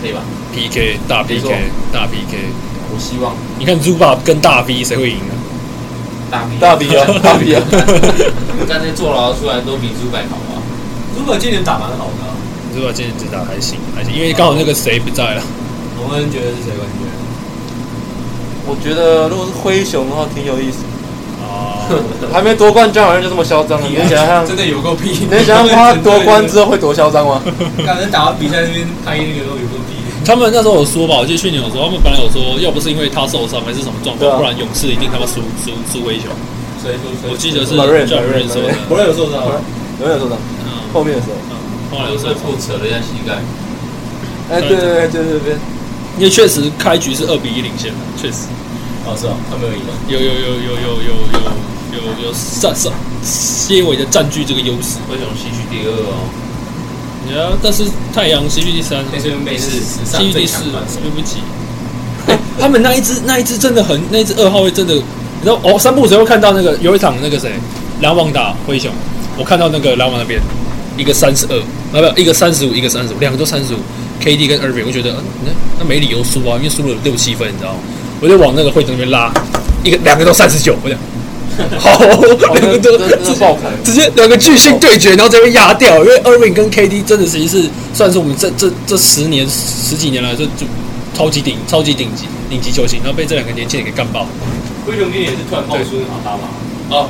可以吧？
PK 大
没错
PK 大 PK。
我希望
你看 Zuba 跟大 V 谁会赢啊？
大比
大比啊，大比啊，
刚才坐牢出来都比猪百好啊。
如果今年打蛮好的啊，
Zuba 今天只打还行还行，因为刚好那个谁不
[LAUGHS]
在了，
龙恩觉得是谁冠军？
我觉得如果是灰熊的话，挺有意思。
哦，
还没夺冠，就好像就这么嚣张了。啊你能想象，
真的有够屁！
[LAUGHS] 你能想象他夺冠之后会多嚣张吗？
刚才打完比赛那边拍那个都有够屁。
他们那时候有说吧，我记得去年有说，他们本来有说，要不是因为他受伤还是什么状
对啊
况，不然勇士一定他妈输输输灰熊。
所以说，所以
我记得是
Murray，
John Murray
Murray，
说的
Murray，
我也有受伤啊，
有没有说的？
嗯，
后面的时候，
后来有
有时候
说，
破扯了一下膝盖，
哎，对对对对对对，
因为确实开局是二比一领先的，确实
哦是哦，他没有赢啊。
有有有有有有有有有上上些微的占据这个优势。
灰熊西区第二哦，
你看，但是太阳西区第三，
那是因为是史上
西区
最
第
强
四
冠军，
对不起。 [LAUGHS] 他们那一只那一只真的很，那一只二号位真的，你知道哦，三步谁会看到那个有一场那个谁，篮网打灰熊，我看到那个篮网那边一个三十二，啊不，一个三十五，一个三十五，两个都三十五，KD 跟 Irving，我觉得嗯那那没理由输啊，因为输了六七分，你知道吗？我就往那个灰熊那边拉，一个两个都三十九，我讲。 [LAUGHS] 好，
哦
两个都
真
[LAUGHS]
的真的爆开
直接两个巨星对决，然后直接被压掉。因为 Irving 跟 KD 真的其实是算是我们这这这十年十几年来就就超级顶超级顶级顶级球星，然后被这两个年轻人给干爆。
灰熊今年也是突然爆出好打嘛，
哦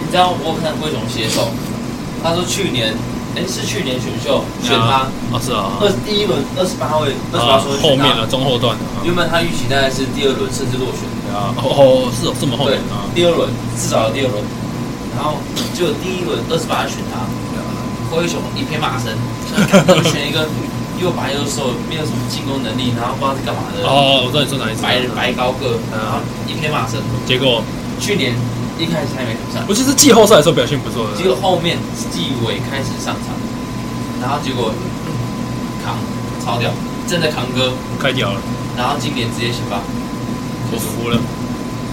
你知道我有看灰熊写手，他说去年，哎是去年选
啊
秀选他
哦是啊
二第一轮二十八位，二
啊
十八说
后
选
面啊
他，
了中后段了
原本他预期大概是第二轮甚至落选，
啊，哦哦是哦这么后面
对
啊，，
第二轮至少有第二轮，然后结果第一轮二十八人选他，灰熊一片骂声，就选一
[LAUGHS]
个又白又瘦，没有什么进攻能力，然后不知道是干嘛的，
哦我知道你说哪一支，
白人白高个，然后一片骂声。
结果
去年一开始还没上，
我记得是季后赛的时候表现不错的，
结果后面纪委开始上场，然后结果嗯扛超掉，真的扛哥，
开掉了，
然后今年直接先发，
我服了，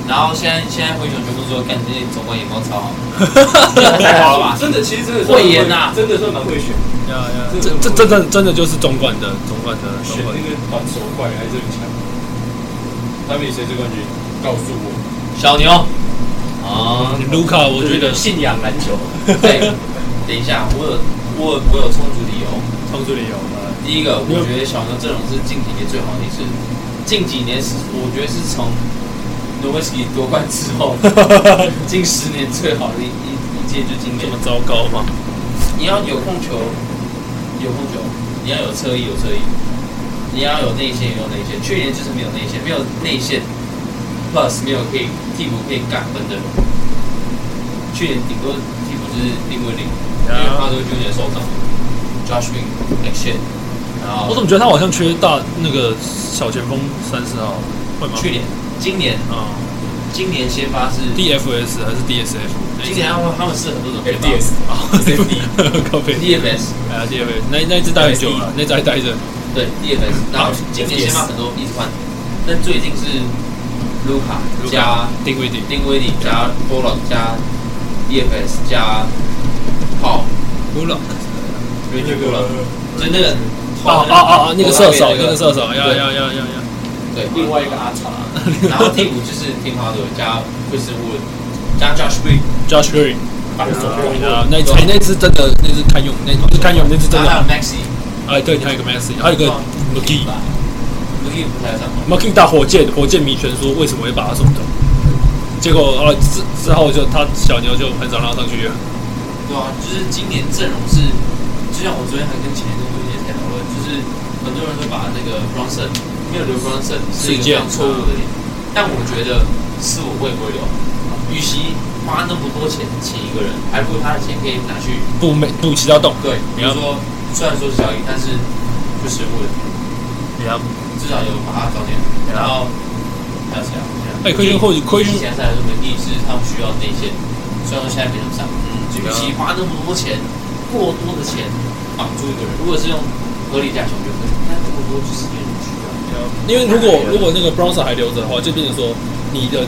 然后现在现在灰熊全部说，感觉总管眼光超好，
[LAUGHS] 太
太
好
好了
了吧？
吧？
真的，其实真的
慧眼呐
真的算蛮会选，
这这真的真的就是中冠的中冠的中
选
冠
那个短手快还是很强。他们以谁是冠军？告诉我，
小牛，啊、
卢卡，我觉得
哦信仰篮球。
对，等一下，我有我有我有充足理由。
冲出理由了。
第一个，我觉得小牛阵容是近几年最好的一次，近几年是我觉得是从诺维斯基夺冠
[LAUGHS]
之后，近十年最好的一一一届就今
这
年
么。糟糕吗？
你要有控球，有控球，你要有侧翼，有侧翼，你要有内线，有内线。去年就是没有内线，没有内线，plus 没有可以替补可以干分的人。去年顶多替补就是定位零，因为
啊
他都纠结受伤，Josh Green、Action，然后
啊我怎么觉得他好像缺大那个小前锋三四号，会吗？
去年、今年、
啊、
今年先发是，
DFS 还是 DSF？
今年啊哎他们他们是很多种先发
FDS
[LAUGHS] 啊，DFS 靠背，
DFS
哎呀 DFS 那那一只待很久了，那一只还待着。
对
[LAUGHS]
DFS，然后今年先发很多一直换，但最近是卢卡加。
定位点，
丁威迪加波朗加 DFS 加炮，
不了。
没去过了，就那个
啊啊啊啊！那个射手，那个射
手，
手，要要要要要。
对，
另外一个阿查，
[LAUGHS] 然后替补就是天花队加 Chris Wood 加 Josh Green，
Josh Green，
把手
啊，那一只哎那只真的，那只堪用，那只堪用，那只真
然后还有
的。
Maxi，
哎，对，你还有一个 Maxi，还有一
啊
个 m c g e e
吧 m c g 不太上嘛，
m c g e e 打火箭，火箭迷全说为什么会把他送走？结果啊之之后就他小牛就很少让他上去了。
对啊，就是今年阵容是，就像我昨天还跟前一个同学在讨论，就是很多人会把那个 Bronson 没有留 Bronson 是一个非常错误的点，但我觉得是我会不会留，与其花那么多钱请一个人，还不如他的钱可以拿去
不没不起到动，
对，比如说虽然说是小一，但是不食物的，
你要
至少有把它搞点，然后还有谁啊？我想想
哎，亏军后亏军
以前才说本地是他们需要内线，虽然说现在没那么上，嗯，就与其花那么多钱，过多的钱绑住一个人，如果是用合理价钱，我觉得那这么多就是也不需要。
因为如果如果那个 Bronson 还留着的话，就变成说你的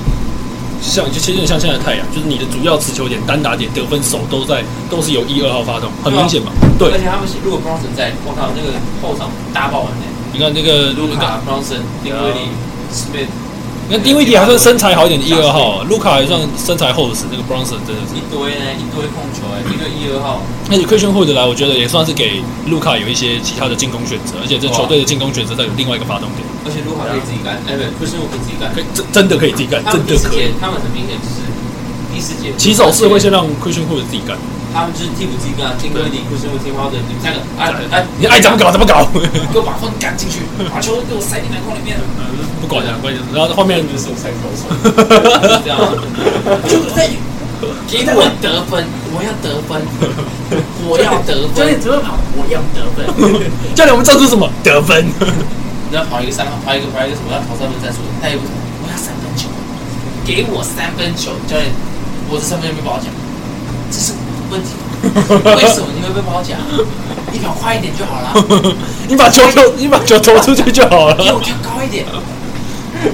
像就其实有点像现在的太阳，就是你的主要持球点、单打点、得分手都在都是由一二号发动，很明显嘛。对
而，且他们是如果 Bronson 在，我靠，那个后场大爆完呢、欸，
你看那个
卢 [LAUGHS]
你看
卡 Bronson、丁威利、Smith，
你看丁威迪还算身材好一点的一二号，
啊
卢卡还算身材厚实，那个 Bronson 真的是
一。堆呢，一堆控球哎、一个一二号，
而且 Christian Hood 来，我觉得也算是给卢卡有一些其他的进攻选择，而且这球队的进攻选择再有另外一个发动点，
而且卢卡可以自己干，哎，不对，不是我可以自己干
可。以真真的可以自己干，
他
真
们
的
第四
可以
节。，他们很明显就是第四节，
起手是会先让 Christian Hood 自己干，
他们就是替补进攻啊，丁威利、库什姆、天花的，你们三个，哎哎，
你爱怎么搞怎么搞，
给我把风赶进去，把球给我塞进篮筐里面，
不管了，关键是然后后面
就是我才搞错，
就是这样啊，就是在给我得分，我要得
[LAUGHS]
分，我要得
教练
分，
怎么跑？我要得分，
教练我们这是什么得分？
你要跑一个三，跑一个跑一个什么，要投三分再说，他也不投，我要三分球，给我三分球，教练，我这三分球没保奖，这是问题，为什么你会被保奖？你跑快一点就好了。
你把球投，你把球投出去就好
[LAUGHS] 比我
了。
跳高一点。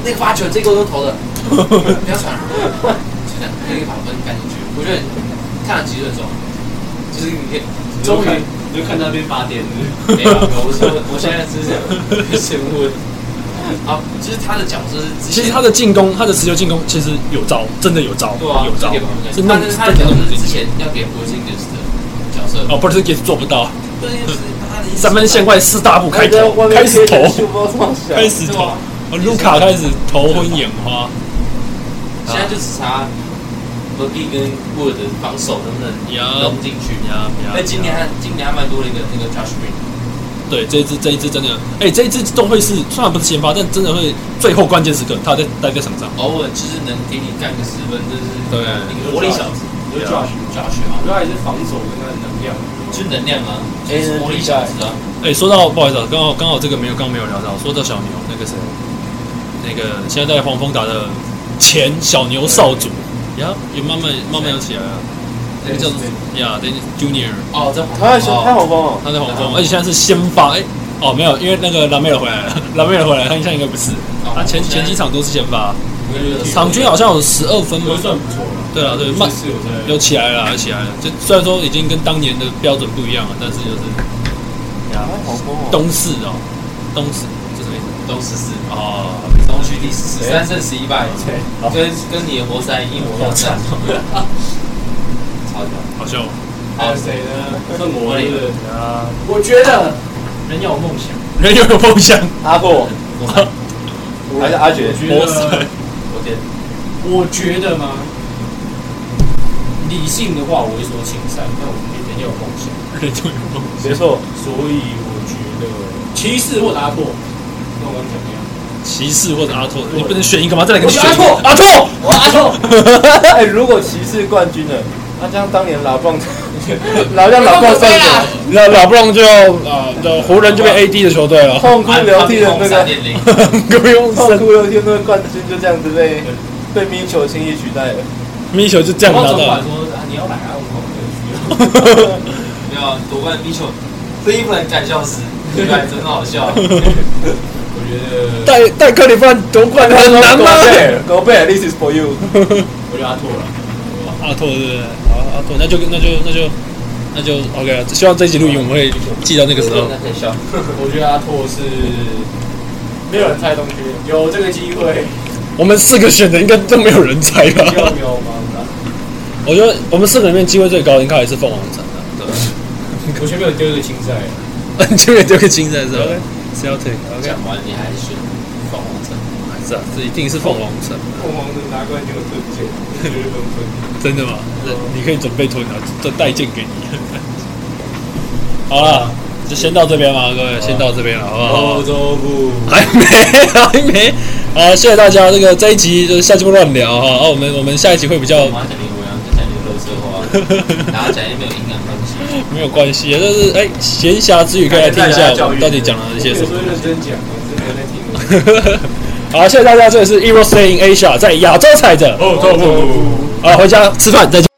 那个发球，这个我都
[LAUGHS]
投的，不要传了，就这样可以把分干进去。我觉得看了几分钟，就是你可以
终于你就看他被发电了，
没有，我说我现在
[LAUGHS]
只是想问啊，就是他的角色是之
其
前
实他的进攻，他的持球进攻其实有招，真的有招，
对啊，
有招
这点我不，
是弄
敢但是他的
真的
角
弄
色
不
是
进
之
去。
前要给 Porzingis 的角色，
哦 p o r t u g e 做不到，
对，就是他的意思
三分线外四大步开
在
头，
外面
开始投，
就不知道怎
开
么
始投，哦卢卡开始头昏眼花。
现在就只差 b u g g y 跟 Wood 的防守能不能
呀
融进去。
呀呀
那今年还今年还蛮多的一个那个 Josh Green。
对，这一支这一支真的，哎、这一支都会是虽然不是先发，但真的会最后关键时刻他在待在场上。
偶尔就是能给你干个十分，就是
对
一个活力小子，
我就 Josh，
抓学啊
我，觉得还是防守跟他的能量。
就是能量啊，就是活力小子啊。
哎、说到不好意思、啊，刚好刚好这个没有刚没有聊到，说到小牛那个谁，那个现在在黄蜂打的前小牛少主，呀，也慢慢慢慢有起来了，那个叫什么呀，Dennis Junior，
哦，在
他在说太好棒哦，
他在黄蜂，而且现在是先发，哎、哦没有，因为那个拉梅尔回
[LAUGHS]
来了，拉梅尔回来，他现在应该不是，
哦
他前前几场都是先发，场均好像有十二分
都
吗？
算不错了，
对啊，对，慢
就是有在
有起来了，有起来了。就虽然说已经跟当年的标准不一样了，但是就是
哦
他好棒哦，
东市哦，东市这什么意思？
都十四，
哦，
东区第十四，三胜十一败，跟跟你的活塞一模一样哎惨， [LAUGHS] 超屌。
好笑哦。
还有谁呢？算我是不是
啊，
我觉得人要有梦想，
人有
[LAUGHS]
梦想，
阿布
我
还是阿爵
我？觉
活塞
得，
我天，
我觉得吗？理性的话，我会说青山，但我觉得人要有梦想，
人就有梦想。
没错，
所以我觉得骑士或者阿拓，那我刚讲的样。
骑士或者阿拓，你不能选一个吗？再来一个
我选
选一个
阿
阿拓，
我阿拓，
哎，如果骑士冠军了，那这样当年老棒， [LAUGHS] 老让老棒上
[LAUGHS]
场，
那老布朗就啊，的湖人就变 AD 的球队
[LAUGHS]
了， [LAUGHS]
痛哭流涕的那
三
个，
点零，
不用
痛
神，
哭流涕的那个冠军就这样子
[LAUGHS]
被被米球轻易取代了。
米球就这样
然后
拿
总
到
管。说啊，你要来啊，我们可以去啊。
没有夺冠必球，这一本敢笑死，对吧？真好笑。
我觉得，
带带克里夫兰夺冠很难吗？
？Go back，this is for
[LAUGHS]
you。
我觉得阿拓了。
阿拓对不对？好，阿拓，那就那就那就那就 OK 了。希望这一集录音我们会记到那个时候。
可以笑。
我觉得阿拓是没有人猜东区，有这个机会，
我们四个选的应该都没有人猜吧？
有没有吗？
我觉得我们四个里面机会最高，应该还是凤凰城啊 [LAUGHS] 的。
[LAUGHS] 我前面有丢一个青赛，
对，这边丢个金在这，Celtic OK，
讲完你还选凤凰城，
是啊，这一定是凤凰城，啊
凤凰能拿冠军我最不见，我觉得很分。
真的吗？那你可以准备吞啊，这代件给你。 [LAUGHS] 好了，就先到这边吧，各位，先到这边了，好不好？
欧洲部，
还没，还没。好，谢谢大家。这个这一集就是下期不乱聊哈。啊，我们我们下一集会比较
我妈讲你文章，讲你乐色话，然后讲一些没有营养的东西。
没有关系，但是哎，闲暇之余可以来听一下我们到底讲了一些什么
所。以认真讲，我真的在听。
好，谢谢大家，这里是 E Euro Stay in Asia，在亚洲踩着。
哦，不不不。
啊，回家吃饭，再见。